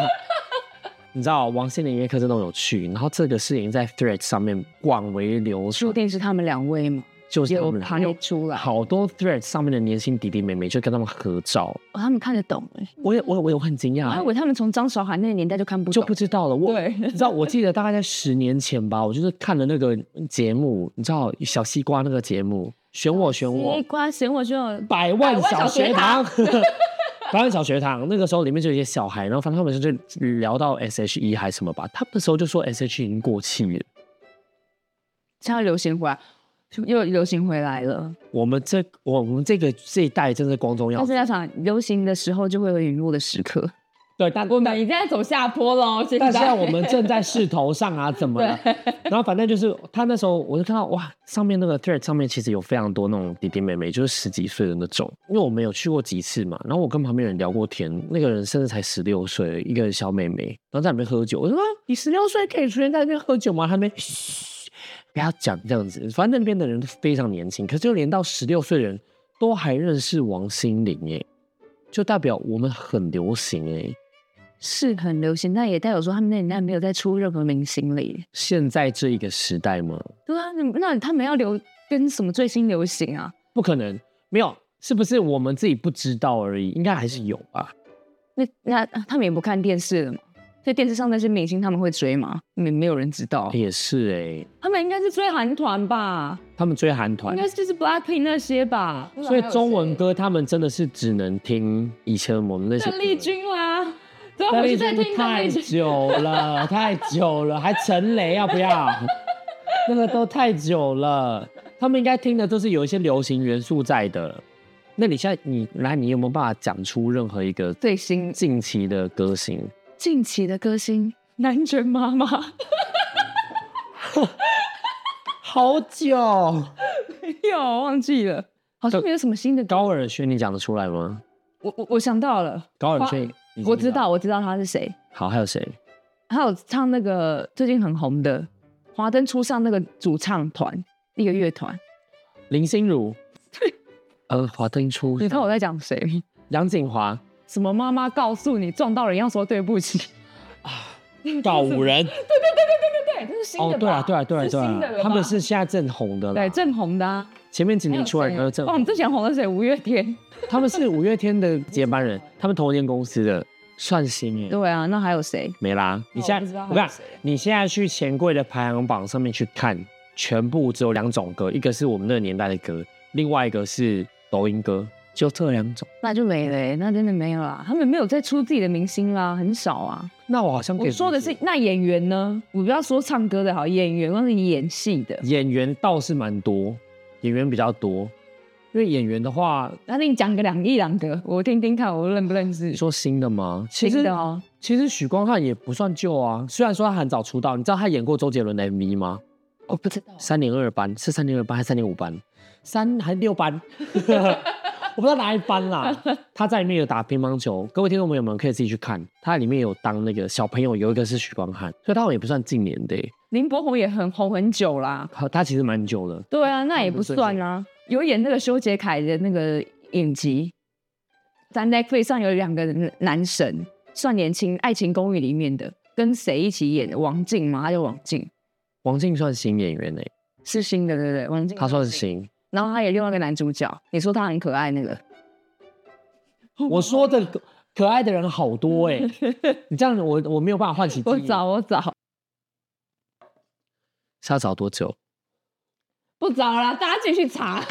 D: <laughs>
C: 你知道王心凌跟柯震东有去，然后这个事情在 Thread 上面广为流
D: 注
C: 传，
D: 定是他们两位嘛，
C: 就是他
D: 有
C: 们
D: 爬
C: 俩
D: 有出来，
C: 好多 Thread 上面的年轻弟弟妹妹就跟他们合照，
D: 哦他们看得懂哎，
C: 我也我也我也很惊
D: 我还以
C: 讶，
D: 为他们从张韶涵那个年代就看不
C: 就
D: 懂，
C: 不知道了。我
D: 对
C: <laughs> 你知道，我记得大概在十年前吧，我就是看了那个节目，你知道小西瓜那个节目，选我选我
D: 西，瓜选哎我选我，
C: 百万小学堂。 <laughs> 百万小学堂那个时候里面就有一些小孩，然后反正他们就聊到 S.H.E 还是什么吧，他们那时候就说 S.H.E 已经过气了。
D: 现在流行回来，又流行回来了。
C: 我们这我们这个这一代真是光宗耀
D: 但
C: 祖
D: 是，要想流行的时候，就会有陨落的时刻。
C: 对，但
D: 我们已经在走下坡喽，
C: <laughs>
D: 现
C: 但现
D: <laughs>
C: 在我们正在势头上啊，怎么了？ <laughs> 然后反正就是他那时候，我就看到哇，上面那个 thread 上面其实有非常多那种弟弟妹妹，就是十几岁的那种。因为我们有去过几次嘛，然后我跟旁边人聊过天，那个人甚至才十六岁，一个小妹妹，然后在里面喝酒。我说、啊你十六岁可以出现在那边 <laughs> 喝酒吗？他们嘘，不要讲这样子。反正那边的人都非常年轻，可是就连到十六岁的人都还认识王心凌耶，就代表我们很流行哎。
D: 是很流行，但也代表说他们那年代没有再出任何明星了耶。
C: 现在这一个时代吗？
D: 对啊，那那他们要流跟什么最新流行啊？
C: 不可能，没有，是不是我们自己不知道而已？应该还是有吧。
D: 那那他们也不看电视了嘛？所以电视上那些明星他们会追吗？没没有人知道，
C: 也是哎、
D: 他们应该是追韩团吧？
C: 他们追韩
D: 应
C: 团，
D: 该就是 BLACKPINK 那些吧？
C: 所以中文歌他们真的是只能听以前我们那些
D: 邓
C: 歌。
D: 丽君啦，对啊，
C: 邓
D: 我
C: 丽
D: 是在听
C: 君
D: 邓
C: 太
D: 丽君。
C: 久了，太久了，还陈雷要不要？那个都太久了，他们应该听的都是有一些流行元素在的。那你现在你来，你有没有办法讲出任何一个
D: 最新
C: 近期的歌星？
D: 近期的歌星，南拳妈妈，
C: 好久，
D: 没有忘记了，好像没有什么新的歌。
C: 高尔宣你讲得出来吗？
D: 我我我想到了，
C: 高尔
D: 花
C: 宣，你
D: 我知道，我知道他是谁。
C: 好，还有谁？
D: 还有唱那个最近很红的《华灯初上》那个主唱团，一个乐团。
C: 林心如，
D: <laughs>
C: 呃，华灯初
D: 你看我
C: 上，
D: 在讲谁？
C: 杨锦
D: <laughs>
C: 华，
D: 什么妈妈告诉你撞到人要说对不起？
C: 告五人，对对对对对
D: 对，这是新的
C: 哦，对啊，
D: 吧
C: 对啊，对啊，
D: 是
C: 对
D: 新的了
C: 啊，
D: 吧
C: 他们是现在正红的
D: 对
C: 啦。
D: 正红的啊。
C: 前面几名出来
D: 还有谁哦
C: 的正
D: 哇，我
C: 红
D: 们，之前红的谁？五月天。
C: 他们是五月天的接班人，他们同一间公司的，算新耶。
D: 对啊，那还有谁？
C: 没啦，你
D: 我
C: 现
D: 不知
C: 在
D: 道
C: 我跟你
D: 还有
C: 讲
D: 谁，
C: 你现在去钱柜的排行榜上面去看，全部只有两种歌，一个是我们那个年代的歌，另外一个是抖音歌，就这两种。
D: 那就没了欸、那真的没有啦。他们没有再出自己的明星啦，很少啊。
C: 那我好像可以
D: 我说的
C: 理解
D: 是那演员呢？我不要说唱歌的好，演员光是演戏的。
C: 演员倒是蛮多，演员比较多，因为演员的话，
D: 那你讲个两一两个，我听听看，我认不认识
C: 你？说新的吗？其
D: 新
C: 实
D: 的哦
C: 其实许光汉也不算旧啊，虽然说他很早出道，你知道他演过周杰伦的 MV 吗？
D: 我不知道
C: 三零二班是三零二班还是三零五班？三还是六班？ <laughs> 我不知道哪一班啦。他在里面有打乒乓球，各位听众朋友们可以自己去看，他里面有当那个小朋友，有一个是许光汉，所以他好像也不算近年的欸、
D: 林柏宏也很红很久啦。
C: 他他其实蛮久的。
D: 对啊，那也不算啊。有演那个修杰楷的那个影集，在 Netflix 上有两个男神，算年轻，《爱情公寓》里面的，跟谁一起演的？王静吗？他叫王静，
C: 王静算新演员呢、欸
D: 是新的对不对？王静，
C: 他算。新。
D: 然后他也另外一个男主角，你说他很可爱那个，
C: <laughs> 我说的可可爱的人好多
D: <laughs>
C: 哎、你这样我我没有办法唤起记
D: 我
C: 忆。
D: 找我找
C: 是要找多久？
D: 不找啦，大家继续查。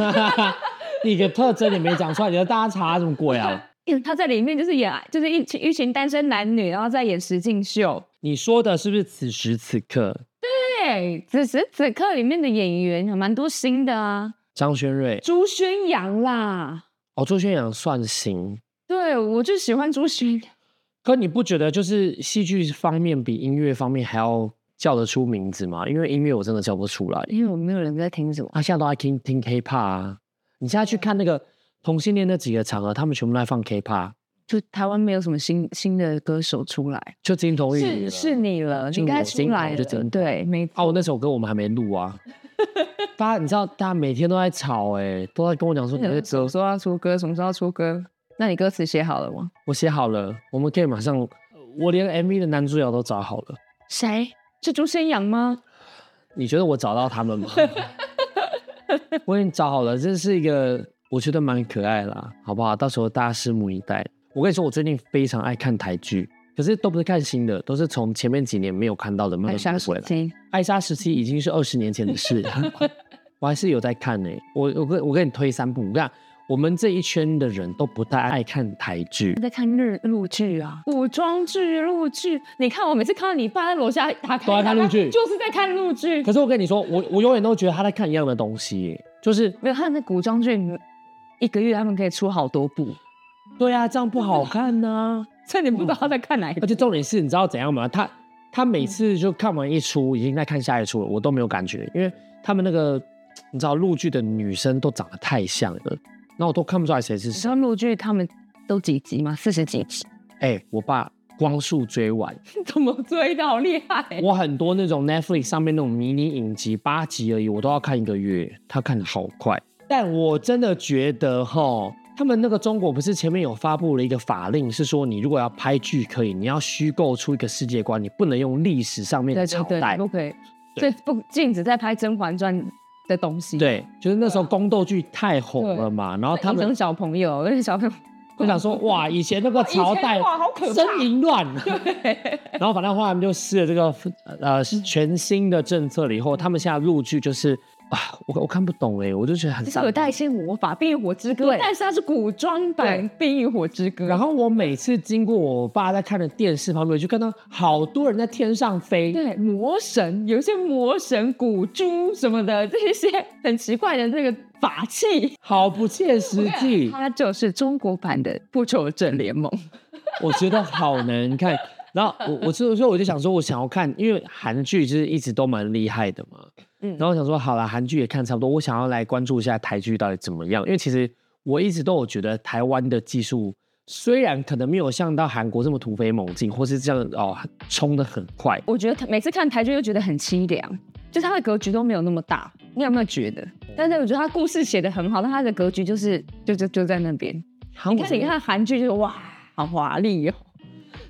C: <laughs> 你个特征也没讲出来，你要大家查什么鬼啊？
D: 因为他在里面就是演就是一群一群单身男女，然后再演实境秀。
C: 你说的是不是此时此刻？
D: 对，此时此刻里面的演员有蛮多新的啊，
C: 张轩瑞
D: 朱宣阳啦，
C: 哦，朱轩阳算新，
D: 对我就喜欢朱宣阳。
C: 可你不觉得就是戏剧方面比音乐方面还要叫得出名字吗？因为音乐我真的叫不出来，
D: 因为我没有人在听什么，
C: 啊，现在都爱听听 K-pop 啊。你现在去看那个同性恋那几个场合，他们全部都在放啊 K-pop，
D: 就台湾没有什么新新的歌手出来，
C: 就金童玉女
D: 是
C: 了
D: 是你了，
C: 就
D: 你该
C: 我
D: 出
C: 金
D: 来
C: 童就金
D: 了，
C: 童
D: 对，没
C: 啊，我那首歌我们还没录
D: <laughs>
C: 啊。大家你知道，大家每天都在吵哎、都在跟我讲说你哎的
D: 啊什
C: 歌
D: 么时候要出歌，什么时候要出歌？那你歌词写好了吗？
C: 我写好了，我们可以马上，我连 MV 的男主角都找好了。
D: 谁？是朱宣阳吗？
C: 你觉得我找到他
D: <laughs>
C: 们吗？我已经找好了，这是一个我觉得蛮可爱啦，好不好？到时候大家拭目以待。我跟你说，我最近非常爱看台剧，可是都不是看新的，都是从前面几年没有看到的慢
D: 还
C: 慢
D: 哎相
C: 补回
D: 信
C: 来。艾莎时期已经是二十年前的事了，我还是有在看呢、我我跟我跟你推三部，我跟你讲，我们这一圈的人都不太爱看台剧，
D: 在看日录剧啊，古装剧、录剧。你看，我每次看到你爸在楼下打开，
C: 都在看录剧
D: 就是在看录剧。
C: 可是我跟你说，我我永远都觉得他在看一样的东西耶、就是
D: 没有，他那古装剧一个月他们可以出好多部，
C: 对啊，这样不好看呐、
D: 所以你不知道他在看哪一
C: 而
D: 部。
C: 且重点是，你知道怎样吗？他他每次就看完一出，已经在看下一出了，我都没有感觉，因为他们那个你知道陆剧的女生都长得太像了，那我都看不出来谁是
D: 你
C: 谁
D: 知。道录剧他们都几集吗？四十几集， <laughs>
C: 哎、我爸光速追完，
D: 怎么追的好厉害？
C: 我很多那种 Netflix 上面那种迷你影集八集而已，我都要看一个月，他看的好快。但我真的觉得哈，他们那个中国不是前面有发布了一个法令，是说你如果要拍剧可以，你要虚构出一个世界观，你不能用历史上面的
D: 对
C: 朝
D: 对
C: 代
D: 对，不。可以，所
C: 对
D: 以不禁止在拍《甄嬛传》的东西。，
C: 对，就是那时候宫斗剧太红了嘛，然后他
D: 哦他们
C: 们
D: 小朋友， <laughs> 而且小朋友
C: 就想说，哇，以前那
D: <laughs>
C: 个朝代
D: 哇好可怕
C: 真淫
D: <laughs>
C: 乱，然后反正后来他们就试了这个呃全新的政策了以后，他们现在陆剧就是啊，我我看不懂哎，我就觉得很
D: 就是
C: 伤
D: 有带一些魔法，《冰与火之歌》，
C: 对
D: 但是它是古装版《冰与火之歌》。
C: 然后我每次经过我爸在看的电视旁边，我就看到好多人在天上飞。
D: 对魔神，有一些魔神、古珠什么的，这些很奇怪的那个法器，
C: 好不切实际，
D: 它就是中国版的《复仇者联盟》。
C: 我觉得好难看。然后我我所以我就想说，我想要看，因为韩剧就是一直都蛮厉害的嘛。嗯，然后我想说，好了，韩剧也看差不多，我想要来关注一下台剧到底怎么样。因为其实我一直都有觉得台湾的技术虽然可能没有像到韩国这么突飞猛进，或是这样哦冲的很快，
D: 我觉得他每次看台剧就觉得很凄凉，就是它的格局都没有那么大。你有没有觉得？但是我觉得它故事写的很好，但它的格局就是就就就在那边。
C: 韩
D: 你
C: 国
D: 看，你看韩剧就是哇，好华丽哦。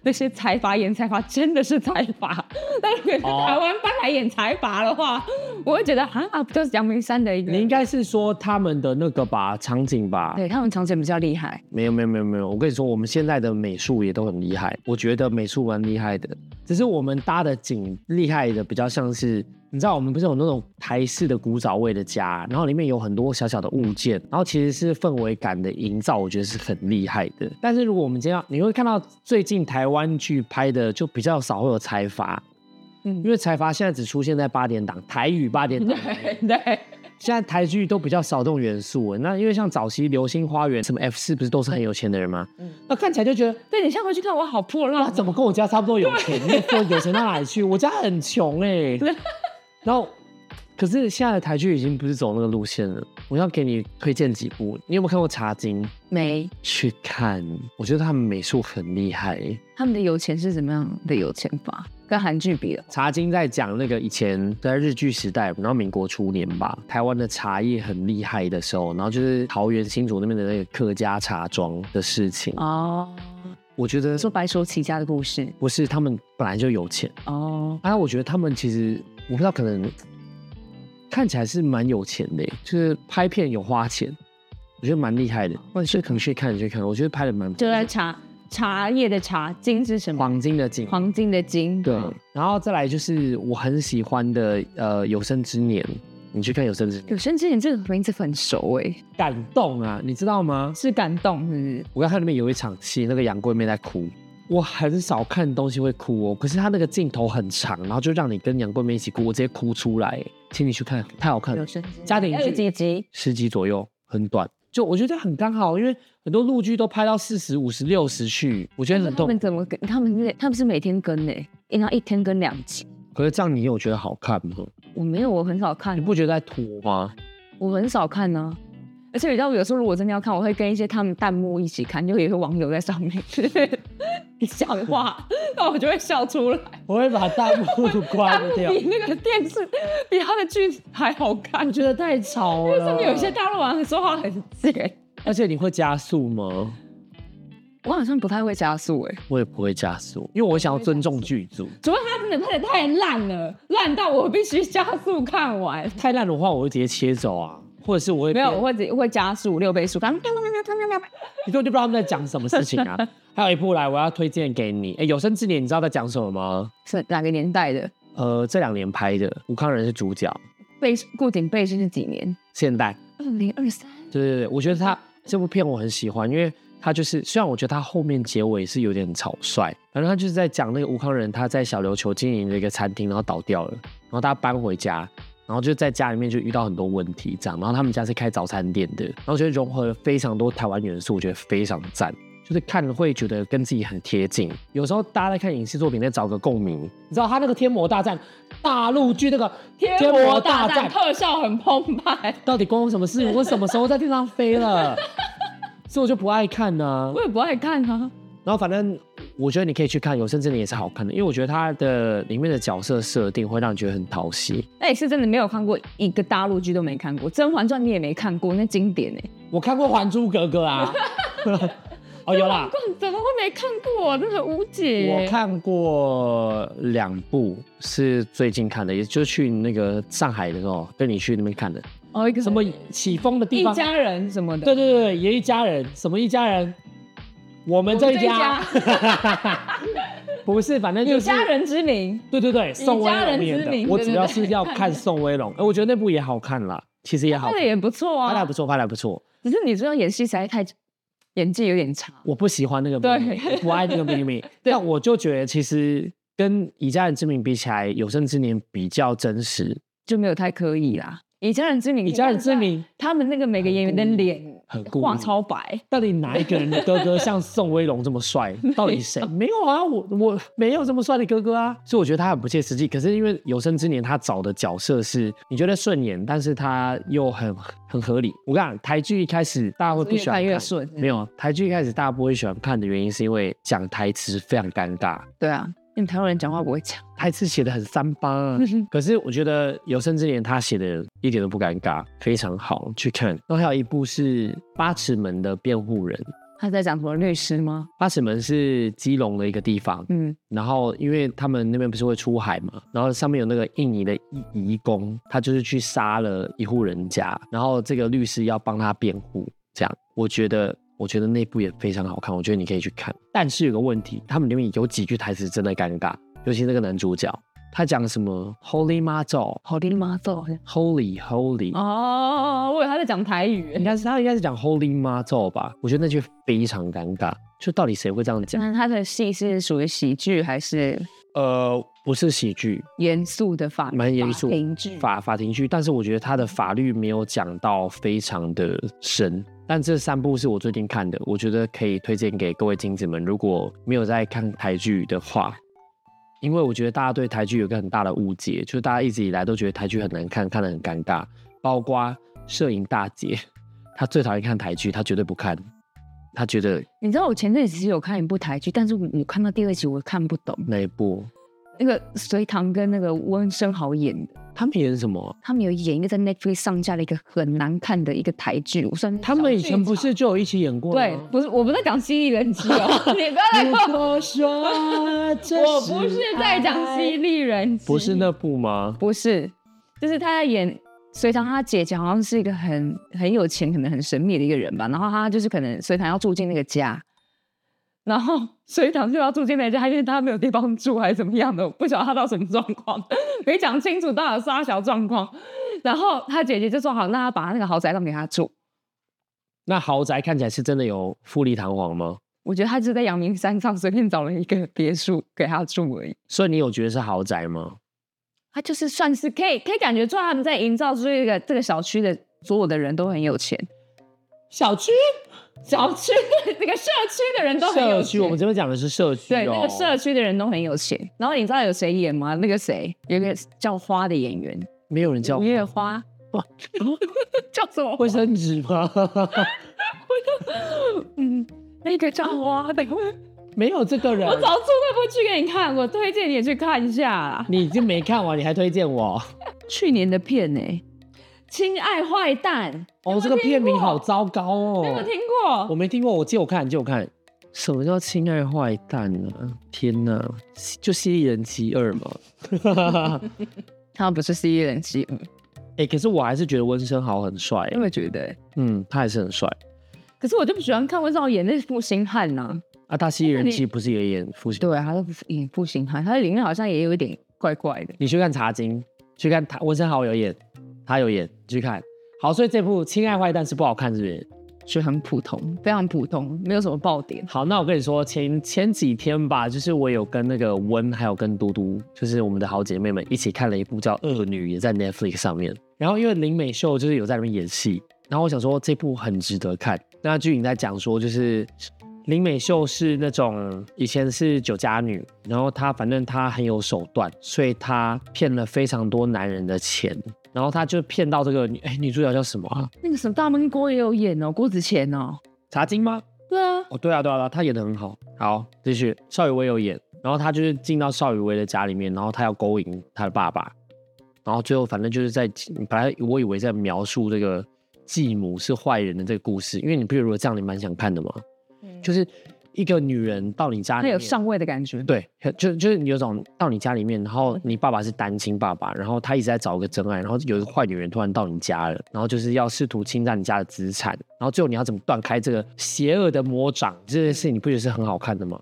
D: 那些财阀演财阀真的是财阀， <laughs> 但如果是
C: 哦
D: 台湾搬来演财阀的话，我会觉得啊啊，不就是阳明山的一个？
C: 你应该是说他们的那个吧场景吧？
D: 对他们长城比较厉害，
C: 没有没有没有没有，我跟你说，我们现在的美术也都很厉害，我觉得美术蛮厉害的，只是我们搭的景厉害的比较像是，你知道我们不是有那种台式的古早味的家，然后里面有很多小小的物件，然后其实是氛围感的营造，我觉得是很厉害的。但是如果我们今天要你会看到最近台湾剧拍的就比较少会有财阀，
D: 嗯
C: 因为财阀现在只出现在八点档台语八点档。
D: <laughs> 对对，
C: 现在台剧都比较少这种元素，那因为像早期《流星花园》什么 F 四不是都是很有钱的人吗？那看起来就觉得
D: 对你现在回去看，我好破
C: 哇，
D: 烂，
C: 怎么跟我家差不多有钱？你也说有钱到哪里去？我家很穷哎、然后，可是现在的台剧已经不是走那个路线了。我要给你推荐几部，你有没有看过《茶经》？
D: 没？
C: 去看，我觉得他们美术很厉害、欸
D: 他们的有钱是怎么样的有钱法？跟韩剧比了，
C: 茶经在讲那个以前在日据时代，然后民国初年吧，台湾的茶叶很厉害的时候，然后就是桃园新竹那边的那个客家茶庄的事情。
D: 哦，
C: 我觉得
D: 说白手起家的故事
C: 不是他们本来就有钱，
D: 哦，
C: 啊，我觉得他们其实我不知道，可能看起来是蛮有钱的耶，就是拍片有花钱，我觉得蛮厉害的。或者是可能去看去看，我觉得拍的蛮
D: 就在茶茶叶的茶金是什么？
C: 黄金的景。
D: 黄金的金，
C: 对，然后再来就是我很喜欢的呃有生之年，你去看有生之年。
D: 有生之年这个名字很熟哎，
C: 感动啊，你知道吗？
D: 是感动是不是？
C: 我刚看那边有一场戏，那个杨贵妹在哭。我很少看东西会哭哦，可是她那个镜头很长，然后就让你跟杨贵妹一起哭，我直接哭出来，请你去看，太好看了
D: 哎有，生之
C: 家庭剧
D: 二几集？
C: 十集左右，很短。就我觉得很刚好，因为很多陆剧都拍到四十五十六十去，我觉得很
D: 他
C: 动
D: 们。怎么跟？他们是他们是每天更呢，然后一天更两集。
C: 可是这样你有觉得好看吗？
D: 我没有，我很少看
C: 你，不觉得在拖吗？
D: 我很少看呢、而且你知道，有时候如果真的要看，我会跟一些他们弹幕一起看，就有一个网友在上面讲话，那我就会笑出来。
C: 我会把弹幕
D: 弹
C: 关
D: 幕比那个电视比他的剧还好看，
C: 我觉得太吵了。
D: 上面有一些，大陆网友说话很贱。
C: 而且你会加速吗？
D: 我好像不太会加速哎、
C: 我也不会加速，因为我想要尊重剧组。
D: 除非他真的拍的太烂了，烂到我必须加速看完。
C: 太烂的话，我会直接切走啊，或者是我会
D: 没有，
C: 变
D: 我会直会加速六倍速，反正
C: 你根本就不知道他们在讲什么事情啊。还有一部来，我要推荐给你。哎，有生之年，你知道在讲什么吗？
D: 是哪个年代的？
C: 呃，这两年拍的，吴康仁是主角，
D: 倍固定倍是几年？
C: 现代。
D: 二零二三。
C: 对对对，我觉得他这部片我很喜欢，因为他就是虽然我觉得他后面结尾是有点草率，反正他就是在讲那个吴康仁他在小琉球经营的一个餐厅，然后倒掉了，然后他搬回家。然后就在家里面就遇到很多问题，这样。然后他们家是开早餐店的，然后就融合了非常多台湾元素，我觉得非常赞。就是看了会觉得跟自己很贴近。有时候大家在看影视作品，在找个共鸣。你知道他那个《天魔大战》大陆剧那个《
D: 特效很澎湃，
C: 到底关我什么 <laughs> 事？我什么时候在天上飞了？所以我就不爱看呢、
D: 我也不爱看啊。
C: 然后反正我觉得你可以去看，有生之年也是好看的，因为我觉得它的里面的角色设定会让你觉得很讨喜。
D: 哎、是真的没有看过一个大陆剧都没看过，《甄嬛传》你也没看过，那经典哎、
C: 我看过《还珠格格》 <laughs> 啊，哦有啦，
D: 怎么会没看过？真的很无解
C: 我看过两部是最近看的，也就是去那个上海的时候跟你去那边看的，
D: 哦，一个
C: 什么起风的地
D: 一
C: 方，
D: 家人什么的，
C: 对对对，也一家人，什么一家人？我们这一家，
D: 我们
C: 不是，反正就
D: 有
C: 是
D: 家人之名，
C: 对对对，宋威
D: 家人
C: 龙
D: 之
C: 演的，
D: 名
C: 我
D: 对
C: 主
D: 对
C: 要
D: 对
C: 是要看宋威龙，哎、我觉得那部也好看啦，其实也好
D: 拍的
C: 看，
D: 也不错
C: 拍的还
D: 啊
C: 不。错，拍的还不错。
D: 只是你知道演戏实在太演技有点差，
C: 我不喜欢那个
D: 对
C: 秘密，我不爱那个秘
D: <laughs>
C: 密，但我就觉得其实跟《以家人之名》比起来，《有生之年》比较真实，
D: 就没有太刻意啦。以家人之名，
C: 《以家人之名》
D: 他们那个每个演员的脸
C: 很故
D: 画
C: 意。
D: 超白，
C: 到底哪一个人的哥哥像宋威龙这么帅？到底谁？ <laughs> 没有啊，我我没有这么帅的哥哥啊，所以我觉得他很不切实际。可是因为有生之年他找的角色是你觉得顺眼，但是他又很很合理。我跟你讲，台剧一开始大家会不
D: 越
C: 喜欢
D: 看越
C: 看，
D: 顺。
C: 没有台剧一开始大家不会喜欢看的原因是因为讲台词非常尴尬，
D: 对啊，因为台湾人讲话不会讲。
C: 台词写的很三八、 <laughs> 啊
D: 嗯哼，
C: 可是我觉得有生之年他写的一点都不尴尬，非常好，去看。然后还有一部是《八尺门的辩护人》，
D: 他在讲什么律师吗？
C: 八尺门是基隆的一个地方，
D: 嗯，
C: 然后因为他们那边不是会出海嘛，然后上面有那个印尼的移工，他就是去杀了一户人家，然后这个律师要帮他辩护，这样我觉得。我觉得那部也非常好看，我觉得你可以去看。但是有个问题，他们里面有几句台词真的尴尬，尤其那个男主角，他讲什么 “Holy 妈祖
D: 好的妈祖好像
C: ”，Holy Holy，、
D: 哦，我以为他在讲台语
C: 应，该是他应该是讲 “Holy 妈祖”吧？我觉得那句非常尴尬，就到底谁会这样讲？
D: 那他的戏是属于喜剧还是
C: 呃，不是喜剧，
D: 严肃的法？
C: 蛮严肃
D: 法庭嗯剧
C: 法法庭剧，但是我觉得他的法律没有讲到非常的深。但这三部是我最近看的，我觉得可以推荐给各位金子们，如果没有在看台剧的话，因为我觉得大家对台剧有一个很大的误解，就是大家一直以来都觉得台剧很难看，看得很尴尬，包括摄影大姐，她最讨厌看台剧，她绝对不看，她觉得
D: 你知道我前阵子其实有看一部台剧，但是我我看到第二集我看不懂，
C: 那一部
D: 那个隋唐跟那个温升豪演的，
C: 他们演什么啊？
D: 他们有演一个在 Netflix 上架的一个很难看的一个台剧，我算
C: 他们以前不
D: 小剧
C: 是就有一起演过
D: 场。对，不是，我不是在讲犀利人妻 <laughs> 哦，你不要来
C: 如
D: <laughs> 我，
C: 果说这
D: 我不是在讲犀利人妻，
C: 哎不是那部吗？
D: 不是，就是他在演隋唐，他姐姐好像是一个很很有钱，可能很神秘的一个人吧。然后他就是可能隋唐要住进那个家，然后 <laughs> 隋唐就要住进那个家，因为他没有地方住还是怎么样的，我不晓得他到什么状况，没讲清楚到底是啥小状况。然后他姐姐就说好，那他把那个豪宅让给他住。
C: 那豪宅看起来是真的有富丽堂皇吗？
D: 我觉得他就在阳明山上随便找了一个别墅给他住而已。
C: 所以你有觉得是豪宅吗？
D: 他就是算是可以可以感觉出来他们在营造出一个这个小区的所有的人都很有钱。小区，小区， <laughs> 这个社区的人都很有
C: 社
D: 钱。
C: 区，我们这边讲的是社区、哦，
D: 对那个社区的人都很有钱。然后你知道有谁演吗？那个谁，有一个叫花的演员，
C: 没有人叫
D: 吴月花
C: 哇，
D: <laughs> 叫什么？
C: 卫生纸吗？ <laughs>
D: 嗯，那个叫花 <laughs> 的，我
C: 没有这个人，
D: 早出那部剧给你看，我推荐你也去看一下啦。
C: 你已经没看完，你还推荐
D: <laughs>
C: 我？
D: 去年的片呢、亲爱坏蛋》
C: 哦，这个片名好糟糕
D: 你有没有
C: 哦，
D: 听过？
C: 我没听过，我借我看，你借我看。什么叫亲爱坏蛋啊？天哪，就《犀利人妻二》嘛。
D: 他不是 C 人妻，
C: 哎、可是我还是觉得温升豪很帅、
D: 因为觉得，
C: 嗯，他还是很帅。
D: 可是我就不喜欢看温兆演那负心汉呐、
C: 啊，大蜥蜴人
D: 你
C: 妻不是也演父亲？
D: 对，啊他都演负心汉，他里面好像也有一点怪怪的。
C: 你去看《茶经》，去看他温升豪有演，他有演，你去看。好，所以这部《亲爱坏蛋》是不好看，是不是？
D: 就很普通，非常普通，没有什么爆点。
C: 好，那我跟你说，前前几天吧，就是我有跟那个温，还有跟嘟嘟，就是我们的好姐妹们一起看了一部叫《恶女》，也在 Netflix 上面。然后因为林美秀就是有在里面演戏，然后我想说这部很值得看。那剧情在讲说，就是林美秀是那种以前是酒家女，然后她反正她很有手段，所以她骗了非常多男人的钱。然后她就骗到这个女，哎，女主角叫什么啊？
D: 那个什么大闷锅也有演哦，郭子乾哦，
C: 茶金吗？
D: 对啊，
C: 哦，对啊，对啊，对啊，他演的很好。好，继续，邵雨薇有演，然后他就是进到邵雨薇的家里面，然后他要勾引他的爸爸，然后最后反正就是在，本来我以为在描述这个继母是坏人的这个故事，因为你不觉得如果这样你蛮想看的吗？就是一个女人到你家里
D: 他
C: 面，
D: 有上位的感觉。，
C: 对，就就是你有种到你家里面，然后你爸爸是单亲爸爸，然后他一直在找一个真爱，然后有一个坏女人突然到你家了，然后就是要试图侵占你家的资产，然后最后你要怎么断开这个邪恶的魔掌？这件事你不觉得是很好看的吗？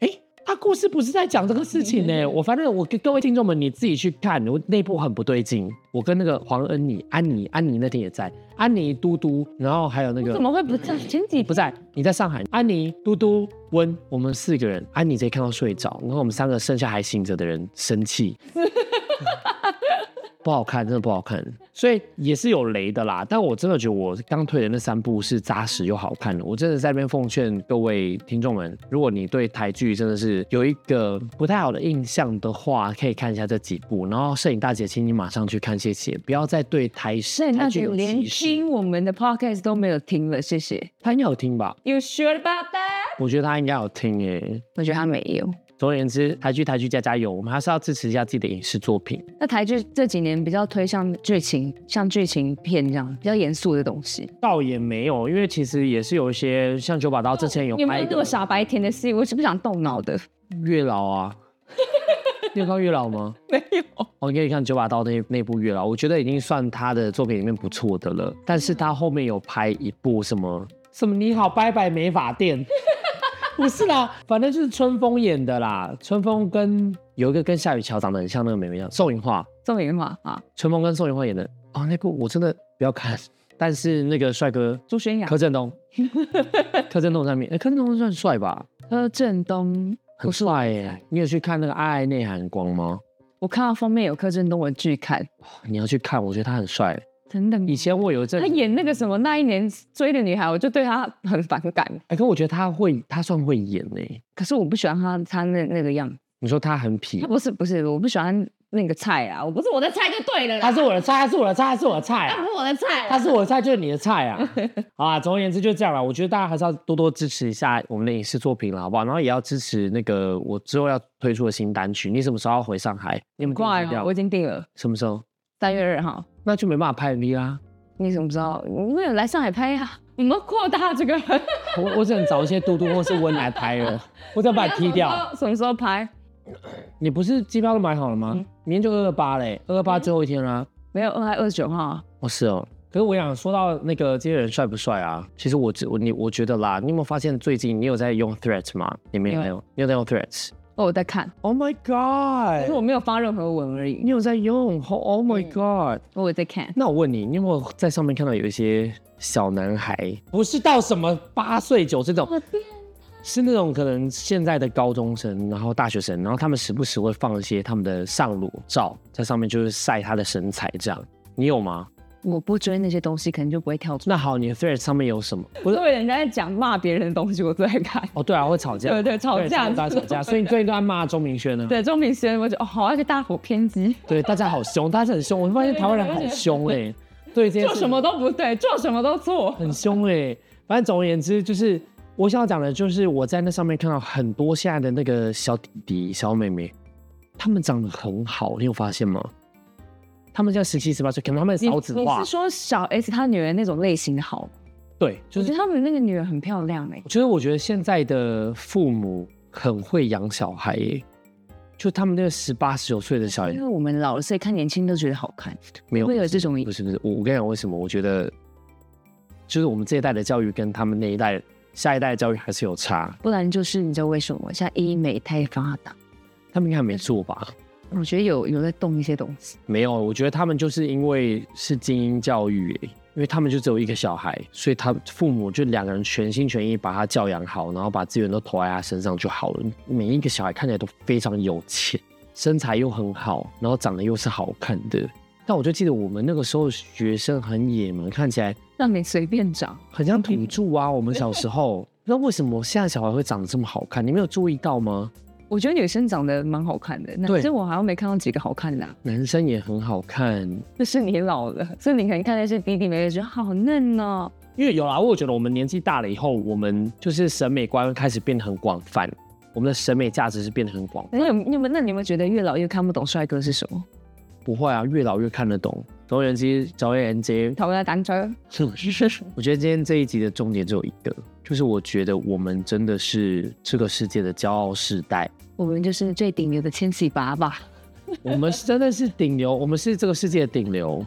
C: 哎，他故事不是在讲这个事情呢、我反正我跟各位听众们你自己去看，我内部很不对劲。我跟那个黄恩妮、安妮、安妮那天也在，安妮、嘟嘟，然后还有那个
D: 怎么会不在前几
C: 不在，你在上海，安妮、嘟嘟、温，我们四个人，安妮直接看到睡着，然后我们三个剩下还醒着的人生气， <laughs> 不好看，真的不好看，所以也是有雷的啦。但我真的觉得我刚推的那三部是扎实又好看的，我真的在这边奉劝各位听众们，如果你对台剧真的是有一个不太好的印象的话，可以看一下这几部，然后摄影大姐，请你马上去看，谢谢，不要再对台
D: 所以
C: 台
D: 那
C: 剧
D: 就
C: 有
D: 连
C: 歧视
D: 听，我们的 podcast 都没有听了，谢谢。
C: 他应该有听吧？
D: You sure about that？
C: 我觉得他应该有听诶、
D: 我觉得他没有，
C: 总而言之，台剧台剧加加油，我们还是要支持一下自己的影视作品。
D: 那台剧这几年比较推向剧情，像剧情片这样比较严肃的东西。
C: 倒也没有，因为其实也是有一些像九把刀之前有
D: 有没
C: 拍
D: 有
C: 一
D: 那么
C: 个
D: 傻白甜的戏？我是不想动脑的。
C: 月老 <laughs> 啊，你有看过月老吗？
D: 没有，
C: 哦，你可以看九把刀那那部月老，我觉得已经算他的作品里面不错的了。但是他后面有拍一部什么什么你好拜拜美发 <laughs> 店，不是啦，反正就是春风演的啦。春风跟有一个跟夏雨乔长得很像那个美眉一样，宋颖桦，
D: 宋云华啊，
C: 春风跟宋颖桦演的。哦，那部我真的不要看，但是那个帅哥
D: 朱轩雅
C: 柯，震
D: <laughs>
C: 东，柯震东上面，哎、柯震东算帅吧？
D: 柯震东。
C: 很帅耶、你有去看那个《爱爱内涵光》吗？
D: 我看到封面有柯震东，我巨看。
C: 你要去看，我觉得他很帅。
D: 等等
C: 以，前我有一阵
D: 他演那个什么那一年追的女孩，我就对他很反感。
C: 哎、可我觉得他会，他算会演呢、
D: 可是我不喜欢他他那那个样子。
C: 你说他很痞
D: 他，不是不是，我不喜欢那个菜啊，我不是我的菜就对了啦，
C: 他是我的菜，他是我的菜，他是我的菜、
D: 他
C: 啊
D: 不，是我的菜
C: <laughs> 他
D: 啦。
C: 是我的菜就是你的菜
D: <laughs>
C: 啊！好啊，总而言之就这样啦。我觉得大家还是要多多支持一下我们的影视作品啦，好不好？然后也要支持那个我之后要推出的新单曲。你什么时候要回上海？你们
D: 快
C: 掉
D: 哦，我已经定了，
C: 什么时候？
D: 三月二号。
C: 那就没办法拍啊 MV 啦。
D: 你怎么知道？你没有来上海拍呀、我们扩大这个。
C: 我我只能找一些嘟嘟或是温来拍
D: <laughs>
C: 了，我只能把你踢掉。
D: 什么时候拍？
C: 你不是机票都买好了
D: 嗯
C: 吗？明天就二二八嘞，二二八最后一天啦、啊
D: 没有，二还二十九号啊。
C: 哦，是哦。可是我想说到那个这些人帅不帅啊？其实我只我你我觉得啦，你有没有发现最近你有在用 Threads 吗？你没有，
D: 没
C: 没有，你有在用 Threads？Oh
D: 哦，我在看，
C: my
D: 可是
C: god！
D: 我没有发任何文而已。
C: 你有在用？Oh my god！、
D: 我有在看，
C: 那我问你，你有没有在上面看到有一些小男孩，不是到什么八岁九岁这种，是那种可能现在的高中生，然后大学生，然后他们时不时会放一些他们的上裸照在上面，就是晒他的身材这样。你有吗？
D: 我不追那些东西，可能就不会跳出。
C: 那好，你的 Threads 上面有什么？不
D: 不
C: 是
D: 是人家在讲骂别人的东西，我都在看。
C: 哦，对啊，会吵架，
D: 对对吵架
C: 大家吵架，所以你最近都在骂钟明轩呢。
D: 对，钟明轩，我觉得哦，好啊，一个大火偏激，
C: 对，大家好凶，大家很凶，我发现台湾人好凶哎、对这件
D: <laughs> 做
C: 事
D: 什么都不对，做什么都错。
C: 很凶哎、反正总而言之，就是我想要讲的，就是我在那上面看到很多现在的那个小弟弟、小妹妹，他们长得很好，你有发现吗？他们现在十七、十八岁，可能他们的 <laughs>
D: 你
C: 少子
D: 你
C: 化
D: 是，说小 S 她女儿那种类型的好？
C: 对，就
D: 我觉
C: 是
D: 得他们那个女儿很漂亮哎、
C: 我觉得，我觉得现在的父母很会养小孩耶、就他们那个十八、十九岁的小孩
D: 因为，我们老了，所以看年轻都觉得好看。
C: 没有
D: 哎会有这种
C: 不是不是，我我跟你讲为什么？我觉得就是我们这一代的教育跟他们那一代、下一代的教育还是有差。
D: 不然就是你知道为什么现在医美太发达？
C: 他们应该还没做吧？
D: 我觉得有有在动一些东西，
C: 没有，我觉得他们就是因为是精英教育、欸，因为他们就只有一个小孩，所以他父母就两个人全心全意把他教养好，然后把资源都投在他身上就好了。每一个小孩看起来都非常有钱，身材又很好，然后长得又是好看的。但我就记得我们那个时候学生很野蛮，看起来
D: 让你随便长。
C: 很像土著啊。我们小时候不知道为什么现在小孩会长得这么好看，你没有注意到吗？
D: 我觉得女生长得蛮好看的，男
C: 对
D: 生我好像没看到几个好看的、啊。
C: 男生也很好看，
D: 那是你老了， <laughs> 所以你可能看那些弟弟妹妹，觉得好嫩哦。
C: 因为有啦，我觉得我们年纪大了以后，我们就是审美观开始变得很广泛，我们的审美价值是变得很广。
D: 那有你们那你们觉得越老越看不懂帅哥是什么？
C: 不会啊，越老越看得懂。总而言之，总而言 <coughs> 之，
D: 讨厌单车，
C: 我觉得今天这一集的重点只有一个，就是我觉得我们真的是这个世界的骄傲世代，
D: 我们就是最顶流的千禧爸爸。
C: 我们是真的是顶流，我们是这个世界的顶流，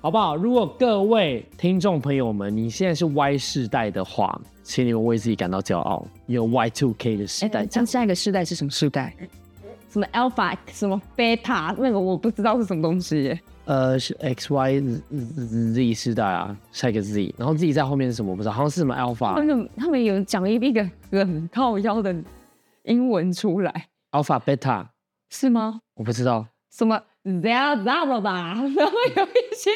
C: 好不好？如果各位听众朋友们，你现在是 Y 世代的话，请你们为自己感到骄傲，有 Y two K 的时
D: <laughs> 哎，
C: 代。
D: 像下一个世代是什么世代？什么 alpha，什么 beta，那个我不知道是什么东西耶。
C: 呃，是 X Y Z- Z Z 世代啊，下一个 Z，然后 Z 在后面是什么？我不知道，好像是什么
D: 他
C: Alpha、
D: 们他们有讲一个很靠腰的英文出来，
C: Alpha Beta，
D: 是吗？
C: 我不知道。
D: 什么 zara zara 吧， <laughs> 然后有一 <laughs> 些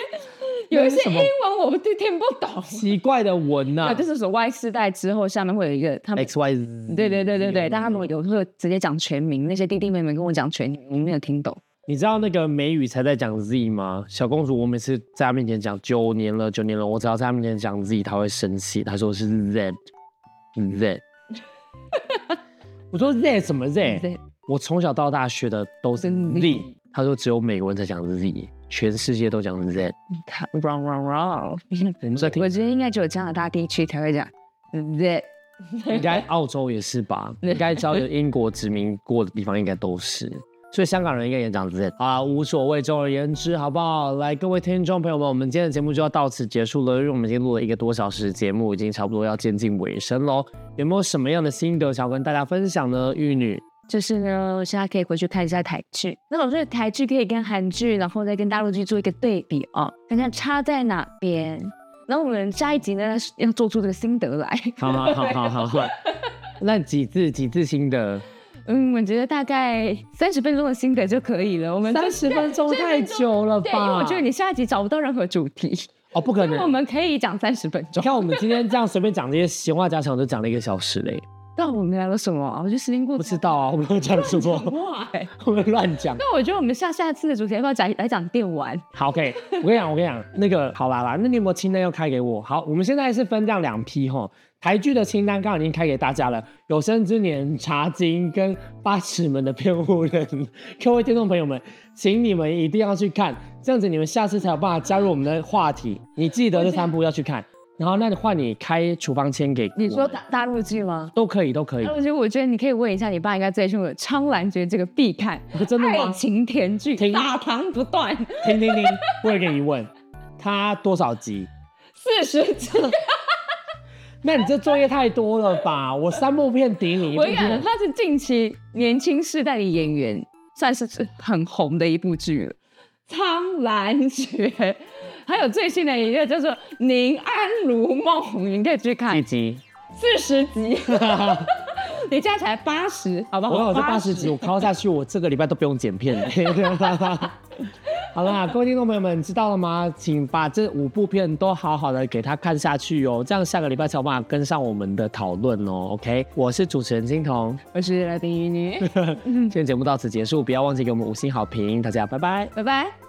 D: 有一
C: 那是
D: 些
C: 什
D: 英
C: 么
D: 文我们都听不懂。
C: 奇怪的文呐、
D: 啊，就是所谓 Y 世代之后，下面会有一个他们
C: X Y Z。
D: 对对对对对，但他们有时候直接讲全名，那些弟弟妹妹跟我讲全名，我没有听懂。
C: 你知道那个美语才在讲 Z 吗？小公主，我每次在她面前讲九年了，九年了，我只要在她面前讲 Z，她会生气，她说是
D: <laughs>
C: Z Z。我说 Z 什么 Z？
D: 对
C: 我从小到大学的都是
D: 跟
C: Z，他说只有美国人才讲 Z，全世界都讲 Z。
D: 看 wrong wrong
C: <laughs>
D: wrong，
C: 你们在听
D: 我觉得应该只有加拿大地区才会讲 that。
C: <laughs> 应该澳洲也是吧？应该只要有英国殖民过的地方，应该都是。所以香港人应该也讲 Z 啊，无所谓。总而言之，好不好？来，各位听众朋友们，我们今天的节目就要到此结束了，因为我们已经录了一个多小时，节目已经差不多要接近尾声喽。有没有什么样的心得想要跟大家分享呢？玉女，
D: 就是呢，我现在可以回去看一下台剧。那我觉得台剧可以跟韩剧，然后再跟大陆剧做一个对比哦，看看差在哪边。然后我们下一集呢，要做出这个心得来。
C: 好好好好好好，那几字几字心得？
D: <laughs> 嗯，我觉得大概三十分钟的心得就可以了。我们就
C: 三十分钟太久了吧？
D: 对，因为我觉得你下一集找不到任何主题，
C: 哦，不可
D: 那我
C: 能。
D: 们可以讲三十分
C: 你
D: 钟。
C: 看我们今天这样随便讲这些闲话家常，都讲了一个小时嘞，
D: 但我们聊了什么啊？我觉得时间过
C: 不知道啊，我们有讲什么？ <laughs>
D: 哇、欸。
C: 我们乱讲。
D: 那我觉得我们下下次的主题要不要讲来讲电玩？
C: 好，OK，我跟你讲，我跟你讲，那个好啦啦，那你有没有清单要开给我？好，我们现在是分这样两批哈，台剧的清单刚刚已经开给大家了，《有生之年》、《茶经》跟《八尺门的辩护人》，各位听众朋友们，请你们一定要去看，这样子你们下次才有办法加入我们的话题。你记得这三部要去看，然后那你换你开处方签给
D: 你
C: 我
D: 说
C: 们
D: 大大陆剧吗？
C: 都可以，都可以
D: 大，陆剧，我觉得你可以问一下你爸，应该最清楚《苍兰诀》这个必看，
C: 真的
D: 爱
C: 吗？
D: 情甜剧，
C: 停
D: 打糖不断，
C: 听听听，我有一个疑问，他多少集？
D: 四十集。
C: 那你这作业太多了吧？我三部片顶你一部
D: 我跟你讲，
C: 片，
D: 他是近期年轻世代的演员，算是很红的一部剧了，《苍兰诀》。还有最新的一个叫做《宁安如梦》，你可以去看
C: 几集？
D: 四十
C: <laughs>
D: 集，你现在才八十，好不好？
C: 我有这八十集，我敲下去，我这个礼拜都不用剪片 <laughs> 了。好啦，各位听众朋友们，你知道了吗？请把这五部片都好好的给他看下去哦，这样下个礼拜才有办法跟上我们的讨论哦。OK，我是主持人金童，
D: 我是来宾鱼女，
C: <laughs> 嗯今天节目到此结束，不要忘记给我们五星好评，大家拜拜。
D: 拜拜。